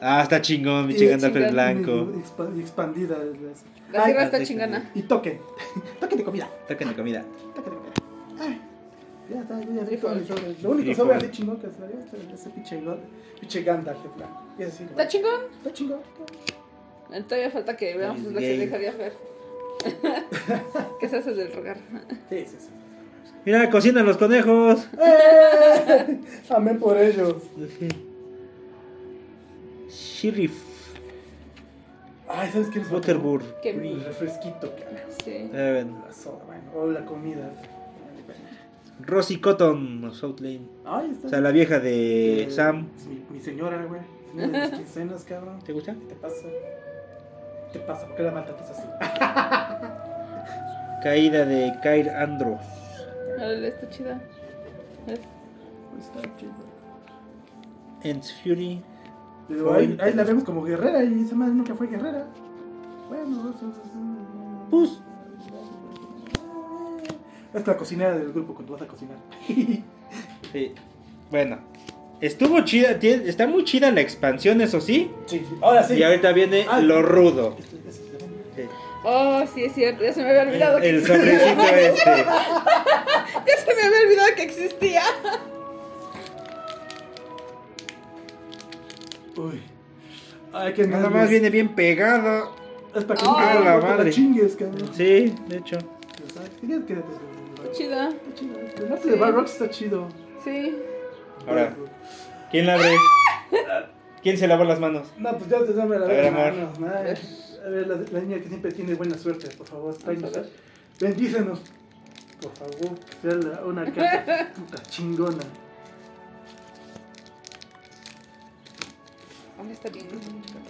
Speaker 1: Ah, está chingón, mi
Speaker 2: Y-
Speaker 1: Gandalf el
Speaker 3: chingón,
Speaker 1: blanco.
Speaker 2: Y expa- y expandida. desde hace-
Speaker 3: La tierra
Speaker 1: Ay,
Speaker 3: está
Speaker 1: la
Speaker 3: chingana.
Speaker 2: Y toque. toque de comida.
Speaker 1: Toquen la comida.
Speaker 2: Toque de comida. Ay, Ya está, ya
Speaker 3: Trifle.
Speaker 2: está. todo el sobre. Lo único
Speaker 1: Trifle.
Speaker 2: sobre así chingón que salió es ese pinche gol- pinche Gandalf el blanco. Y así,
Speaker 3: Está chingón.
Speaker 2: está chingón.
Speaker 3: Eh, Todavía falta que veamos
Speaker 1: Es
Speaker 3: lo que
Speaker 1: gay.
Speaker 3: se dejaría ver. ¿Qué se hace del rogar?
Speaker 2: Sí, sí, sí.
Speaker 1: Mira, cocinan los conejos.
Speaker 2: ¡Eh! Amén por ellos.
Speaker 1: Sheriff
Speaker 2: Ay, ¿sabes qué es
Speaker 1: Waterburg.
Speaker 3: Qué
Speaker 2: El
Speaker 3: mi-
Speaker 2: refresquito que hagas.
Speaker 3: Sí.
Speaker 1: Eh,
Speaker 2: La soda, bueno. O la comida.
Speaker 1: Rosie Cotton, South Lane.
Speaker 2: Ay, está.
Speaker 1: O sea, la vieja de
Speaker 2: Eh,
Speaker 1: Sam.
Speaker 2: es Mi, mi señora, güey. Señora de mis quincenas, cabrón.
Speaker 1: ¿Te gusta?
Speaker 2: ¿Qué te pasa? ¿Qué te pasa? ¿Por qué la maltratas así?
Speaker 1: Caída de Kair Andros.
Speaker 3: Órale, está chida.
Speaker 2: Está chido.
Speaker 1: Ends Fury.
Speaker 2: Pero ahí, ahí la vemos como guerrera y esa madre nunca fue guerrera. Bueno, eso es.
Speaker 1: Pus.
Speaker 2: Es la cocinera del grupo cuando vas a cocinar.
Speaker 1: Sí. Bueno. Estuvo chida. tiene- está muy chida la expansión, eso sí.
Speaker 2: Sí, ahora sí.
Speaker 1: Y ahorita viene
Speaker 2: Ah.
Speaker 1: lo rudo.
Speaker 2: Este- este- este-
Speaker 1: Sí.
Speaker 3: Oh, sí, es cierto. Ya se me había olvidado que
Speaker 1: El
Speaker 3: existía.
Speaker 1: sobrecito este.
Speaker 3: Ya se me había olvidado que existía.
Speaker 2: Uy. Ay, que
Speaker 1: Nada más
Speaker 2: bien
Speaker 1: viene bien pegado.
Speaker 2: Es para que nunca-
Speaker 3: Ah,
Speaker 1: la
Speaker 2: para que
Speaker 1: madre.
Speaker 2: chingues, cabrón.
Speaker 1: Sí, de hecho.
Speaker 2: Quédate, quédate. Está chido. ¿eh?
Speaker 3: Chida.
Speaker 2: El arte de
Speaker 3: Sí.
Speaker 2: Barrocks está chido.
Speaker 3: Sí.
Speaker 1: Ahora, ¿quién la abre? ¿Quién se lavó las manos?
Speaker 2: No, pues ya te dame la
Speaker 1: A ver, amor.
Speaker 2: mano, madre. A ver, la, la niña que siempre tiene buena suerte, por favor, tráenos. Bendícenos. Por favor, que sea la- una carta puta chingona.
Speaker 3: Ahora está bien.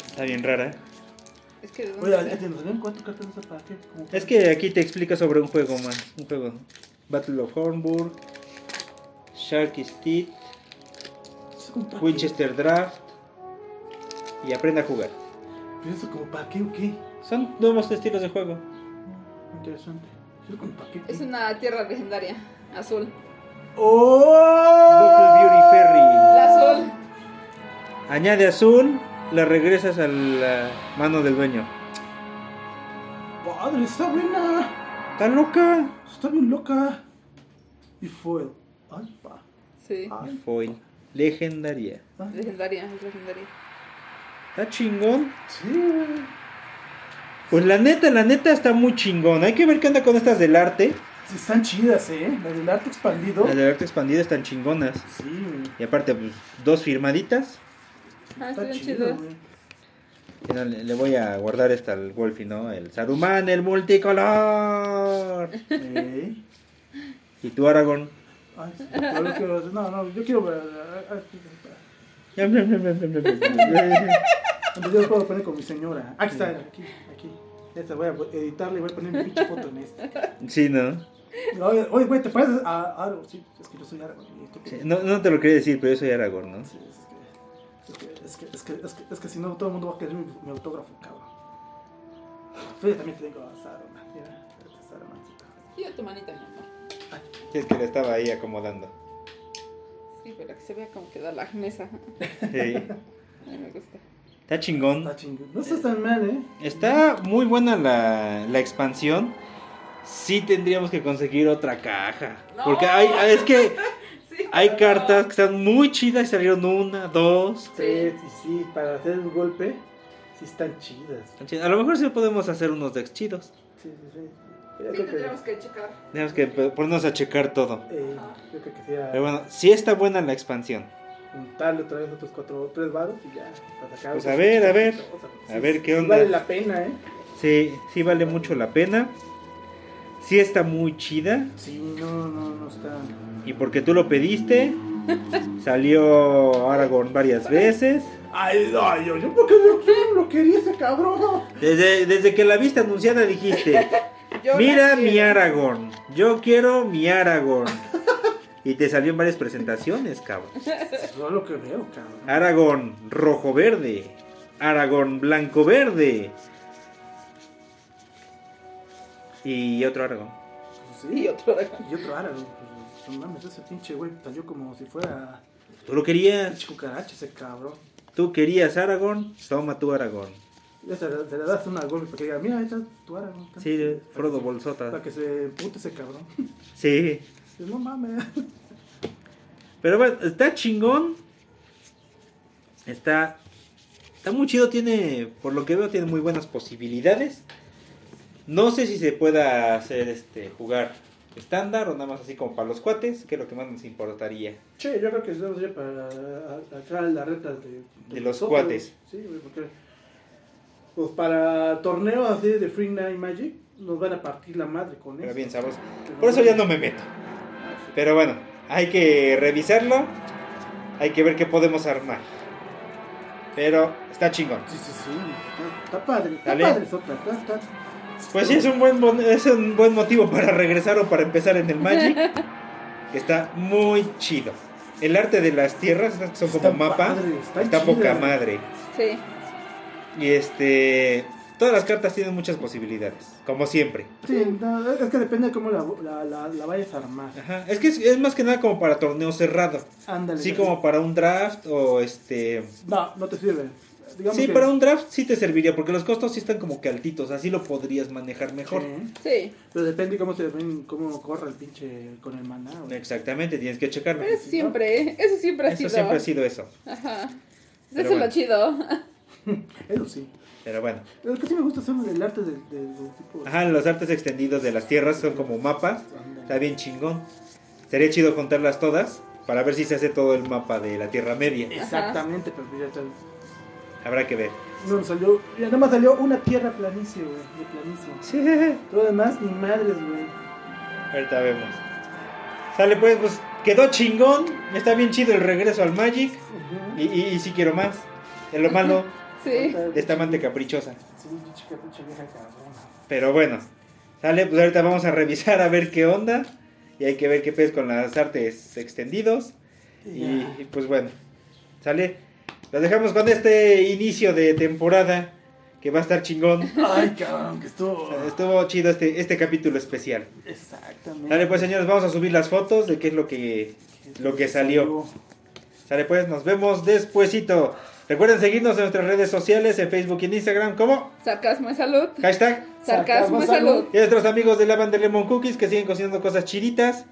Speaker 1: Está bien rara. ¿eh?
Speaker 3: Es que de dónde
Speaker 2: Oye,
Speaker 3: está?
Speaker 2: ya te nos salieron cuatro cartas de esas para qué. Como-
Speaker 1: Es que aquí te explica sobre un juego más. Un juego. Battle of Hornburg. Shark Steed.
Speaker 2: Es como para qué.
Speaker 1: Winchester Draft. Y aprende a jugar.
Speaker 2: Pero eso como para qué o qué.
Speaker 1: Son nuevos estilos de juego.
Speaker 2: Interesante. Eso como para qué.
Speaker 3: Es una tierra legendaria. Azul.
Speaker 2: ¡Oh!
Speaker 1: Buckle Beauty Ferry.
Speaker 3: La azul.
Speaker 1: Añade azul, la regresas a la mano del dueño.
Speaker 2: Padre, está buena.
Speaker 1: ¿Está loca?
Speaker 2: Está bien loca. Y foil. Ay, pa.
Speaker 3: Sí.
Speaker 2: Ay,
Speaker 1: Foil. Legendaria.
Speaker 2: pa.
Speaker 3: Legendaria, es legendaria.
Speaker 1: ¿Está chingón?
Speaker 2: Sí, güey.
Speaker 1: Pues la neta, la neta está muy chingón. Hay que ver qué onda con estas del arte.
Speaker 2: Sí, Están chidas, ¿eh? Las del arte expandido.
Speaker 1: Las de arte expandido están chingonas.
Speaker 2: Sí, güey.
Speaker 1: Y aparte, pues, dos firmaditas.
Speaker 3: Ah,
Speaker 2: Está
Speaker 3: están
Speaker 2: chido,
Speaker 3: chidos.
Speaker 2: güey.
Speaker 1: Mira, Le, le voy a guardar esta al Wolfie, ¿no? El Saruman, el multicolor.
Speaker 2: Ey.
Speaker 1: Y tú, Aragón.
Speaker 2: Ay, sí, yo lo quiero hacer. No, no, yo quiero ver. ah, ah, Entonces ah, yo lo puedo poner con mi señora. Aquí está, aquí, aquí. Esta voy a editarla y voy a poner mi pinche foto en esta.
Speaker 1: Sí, ¿no?
Speaker 2: Oye, oye, güey, ¿te pareces a Aro? Sí, es que yo soy Aro. güey, ¿tú qué?
Speaker 1: Sí, No, no te lo quería decir, pero yo soy Aragón, ¿no?
Speaker 2: Sí, es que, es que, es que, es que, es que, es que si no todo el mundo va a querer mi, mi autógrafo, cabrón. Pero yo también tengo a Saruman, mira, este Sarumancito.
Speaker 3: Gira tu manita, mi amor.
Speaker 1: Es que le estaba ahí acomodando.
Speaker 3: Sí, para que se vea cómo queda la mesa.
Speaker 1: Sí.
Speaker 3: A mí me gusta.
Speaker 1: Está chingón.
Speaker 2: Está chingón. No estás tan mal, ¿eh?
Speaker 1: Está muy buena la, la expansión. Sí tendríamos que conseguir otra caja.
Speaker 3: No.
Speaker 1: Porque hay, ah, es que
Speaker 3: Sí,
Speaker 1: hay
Speaker 3: pero-
Speaker 1: cartas que están muy chidas y salieron una, dos.
Speaker 2: Sí, sí, sí, para hacer un golpe, sí están chidas.
Speaker 1: Están chidas. A lo mejor sí podemos hacer unos decks chidos.
Speaker 2: Sí, sí, sí. Yo
Speaker 3: Sí,
Speaker 2: creo
Speaker 3: tendríamos
Speaker 2: que,
Speaker 3: que checar.
Speaker 1: Tenemos que pe- ponernos a checar todo.
Speaker 2: eh, yo creo que sea...
Speaker 1: Pero bueno, sí está buena la expansión.
Speaker 2: juntarle otra vez otros cuatro, tres varos y ya, para sacar.
Speaker 1: Pues
Speaker 2: otros
Speaker 1: a ver, a ver,
Speaker 2: chiquitos, o sea, pues
Speaker 1: a ver qué onda.
Speaker 2: Vale la pena, ¿eh?
Speaker 1: Sí, sí vale mucho la pena. Sí está muy chida.
Speaker 2: Sí, no, no, no está.
Speaker 1: Y porque tú lo pediste, salió Aragorn varias veces.
Speaker 2: Ay, ay, yo, yo, ¿por qué yo yo no lo quería ese cabrón?
Speaker 1: Desde, desde que la viste anunciada dijiste,
Speaker 3: Yo
Speaker 1: mira
Speaker 3: la
Speaker 1: mi
Speaker 3: quiero.
Speaker 1: Aragorn, yo quiero mi Aragorn. Y te salió en varias presentaciones, cabrón.
Speaker 2: Es todo lo que veo,
Speaker 1: Ah.
Speaker 2: cabrón.
Speaker 1: Aragorn rojo-verde, Aragorn blanco-verde. Y otro Aragorn.
Speaker 2: Pues Sí,
Speaker 3: Y otro de
Speaker 2: y otro árabe. pues, No mames, ese pinche güey salió como si fuera
Speaker 1: Tú lo querías,
Speaker 2: pinche cucaracha ese cabrón.
Speaker 1: tú querías Aragorn, toma tu Aragorn.
Speaker 2: Ya se, le- se le das una golpe para que diga, mira, ahí está tu árabe. está".
Speaker 1: Sí, Frodo
Speaker 2: Para
Speaker 1: Bolsota.
Speaker 2: que se pute ese cabrón.
Speaker 1: Sí.
Speaker 2: No mames.
Speaker 1: Pero bueno, está chingón. Está. Está muy chido, tiene. Por lo que veo, tiene muy buenas posibilidades. No sé si se pueda hacer este. jugar estándar o nada más así como para los cuates, que es lo que más nos importaría.
Speaker 2: Che, yo creo que debemos ir para a- acá en la reta de,
Speaker 1: De los
Speaker 2: nosotros.
Speaker 1: cuates.
Speaker 2: Sí, güey, porque pues para torneos así de Free Night Magic nos van a partir la madre con
Speaker 1: Pero
Speaker 2: eso.
Speaker 1: bien sabroso. Por eso ya no me meto. Pero bueno, hay que revisarlo. Hay que ver qué podemos armar. Pero está chingón.
Speaker 2: Sí, sí, sí. Está, está padre, está
Speaker 1: Dale.
Speaker 2: padre Sota, está, está.
Speaker 1: Pues sí, es un buen, mon- es un buen motivo para regresar o para empezar en el Magic. que está muy chido. El arte de las tierras, estas que son como
Speaker 2: Está
Speaker 1: mapa,
Speaker 2: padre, está
Speaker 1: está
Speaker 2: chida.
Speaker 1: poca madre.
Speaker 3: Sí.
Speaker 1: Y este. Todas las cartas tienen muchas posibilidades, como siempre.
Speaker 2: Sí, no, es que depende de cómo la, la, la, la vayas a armar.
Speaker 1: Ajá. Es que es, es más que nada como para torneo cerrado.
Speaker 2: Ándale.
Speaker 1: Sí,
Speaker 2: ya.
Speaker 1: como para un draft o este.
Speaker 2: No, no te sirve. Digamos
Speaker 1: Sí,
Speaker 2: que-
Speaker 1: para un draft sí te serviría, porque los costos sí están como que altitos, así lo podrías manejar mejor.
Speaker 2: Sí, ¿eh?
Speaker 3: Sí.
Speaker 2: Pero depende cómo se ven, cómo corra el pinche con el maná. güey.
Speaker 1: Exactamente, tienes que checarlo.
Speaker 3: Pero eso siempre, ¿eh? eso siempre ha
Speaker 1: Eso
Speaker 3: sido.
Speaker 1: siempre ha sido eso.
Speaker 3: Ajá.
Speaker 1: Pero
Speaker 3: eso es
Speaker 1: bueno.
Speaker 3: lo chido.
Speaker 2: Eso sí.
Speaker 1: Pero bueno.
Speaker 2: Lo que sí me gusta son el arte de, de, los tipos.
Speaker 1: Ajá, los artes extendidos de las tierras son como mapas.
Speaker 2: Ándale.
Speaker 1: Está bien chingón. Sería chido contarlas todas para ver si se hace todo el mapa de la Tierra Media.
Speaker 2: Exactamente, pero mira, tal-
Speaker 1: Habrá que ver.
Speaker 2: no nos salió, mira, nada más salió una tierra planicie, güey, de planicie.
Speaker 1: Sí.
Speaker 2: Todo lo demás, ni madres, güey.
Speaker 1: Ahorita vemos. Sale pues, pues quedó chingón. Está bien chido el regreso al Magic.
Speaker 2: Ujú.
Speaker 1: Y, y, y sí quiero más. Es lo malo
Speaker 3: Sí.
Speaker 1: de esta amante caprichosa.
Speaker 2: Sí, chica, pinche vieja cabrona.
Speaker 1: Pero bueno. Sale, pues ahorita vamos a revisar a ver qué onda. Y hay que ver qué pez con las artes extendidos. Y,
Speaker 2: Ya.
Speaker 1: y, pues bueno, sale. Lo dejamos con este inicio de temporada que va a estar chingón.
Speaker 2: Ay, cabrón, que estuvo.
Speaker 1: Estuvo chido este, este capítulo especial.
Speaker 2: Exactamente.
Speaker 1: Sale pues señores, vamos a subir las fotos de qué es lo que, pues, lo que salió. Sale pues, nos vemos despuesito. Recuerden seguirnos en nuestras redes sociales, en Facebook y en Instagram como
Speaker 3: Sarcasmo es salud.
Speaker 1: hashtag.
Speaker 3: Sarcasmo es salud.
Speaker 1: Y a nuestros amigos de Lavan de Lemon Cookies que siguen cocinando cosas chiditas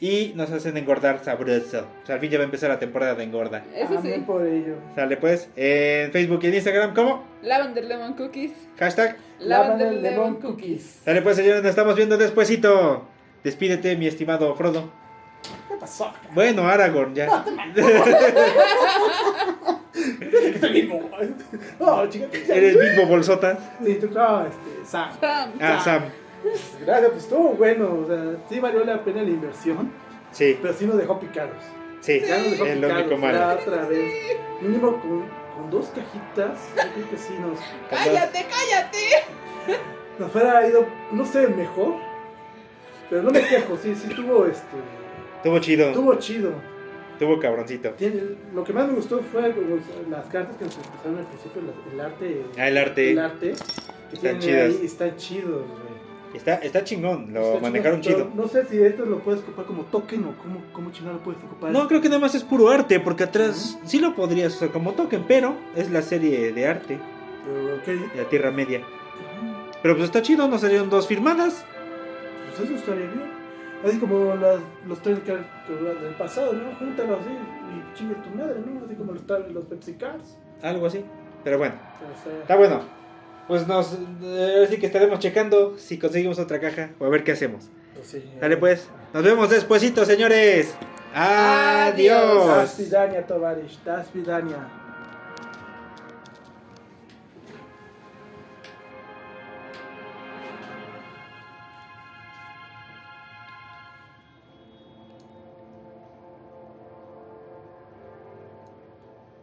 Speaker 1: y nos hacen engordar sabroso. O sea, al fin ya va a empezar la temporada de engorda.
Speaker 3: Eso
Speaker 2: Amén
Speaker 3: sí.
Speaker 2: por ello.
Speaker 1: Sale pues, en Facebook y en Instagram como
Speaker 3: Lavender lemon cookies.
Speaker 1: hashtag.
Speaker 3: Lavender lemon cookies.
Speaker 1: Dale pues señores, nos estamos viendo despuesito. Despídete, mi estimado Frodo.
Speaker 5: ¿Qué pasó?
Speaker 1: Bueno, Aragorn, ya.
Speaker 5: Que estoy vivo. No, chica.
Speaker 1: Eres Bilbo Bolsota.
Speaker 5: Sí, tú, no, este, Sam.
Speaker 3: Pam.
Speaker 1: Ah, Sam.
Speaker 5: Gracias,
Speaker 2: Pues estuvo bueno, o sea, sí valió la pena la inversión,
Speaker 1: Sí,
Speaker 2: pero sí nos dejó picados.
Speaker 1: sí.
Speaker 2: Ya nos dejó
Speaker 1: Es lo
Speaker 2: picados.
Speaker 1: único malo.
Speaker 2: ya otra vez. Mínimo con, con dos cajitas, yo creo que sí nos,
Speaker 3: Cállate, cállate.
Speaker 2: nos hubiera ido, no sé, mejor. Pero no me quejo, sí, sí tuvo este.
Speaker 1: Tuvo chido.
Speaker 2: Tuvo chido.
Speaker 1: Tuvo cabroncito.
Speaker 2: Tiene- lo que más me gustó fue los- las cartas que nos empezaron al principio, la- el arte.
Speaker 1: Ah, el arte.
Speaker 2: El arte. Que
Speaker 1: Están
Speaker 2: tienen
Speaker 1: chidas.
Speaker 2: ahí, están chidos, güey.
Speaker 1: Está, está chingón.
Speaker 2: Está
Speaker 1: Lo
Speaker 2: chido,
Speaker 1: manejaron
Speaker 2: pero
Speaker 1: chido.
Speaker 2: No sé si esto lo puedes ocupar como token o cómo, cómo chingado lo puedes ocupar.
Speaker 1: No, creo que nada más es puro arte, porque atrás sí lo podrías usar como token, pero es la serie de arte
Speaker 2: Pero, ok.
Speaker 1: de la Tierra Media.
Speaker 2: Ah,
Speaker 1: Pero pues está chido, nos salieron dos firmadas.
Speaker 2: Pues eso estaría bien. Así como las, los trail card que hablan del pasado, ¿no? Júntalo así y chingue tu madre, ¿no? Así como los, tra- los Pepsi Cards.
Speaker 1: Algo así. Pero bueno,
Speaker 2: O sea,
Speaker 1: está bueno. Pues nos. eh, Así que estaremos checando si conseguimos otra caja o a ver qué hacemos.
Speaker 2: pues sí.
Speaker 1: Dale pues. Nos vemos despuesito, señores.
Speaker 3: Adiós.
Speaker 1: Adiós.
Speaker 2: Das Vidania, Tovarish. Das Vidania.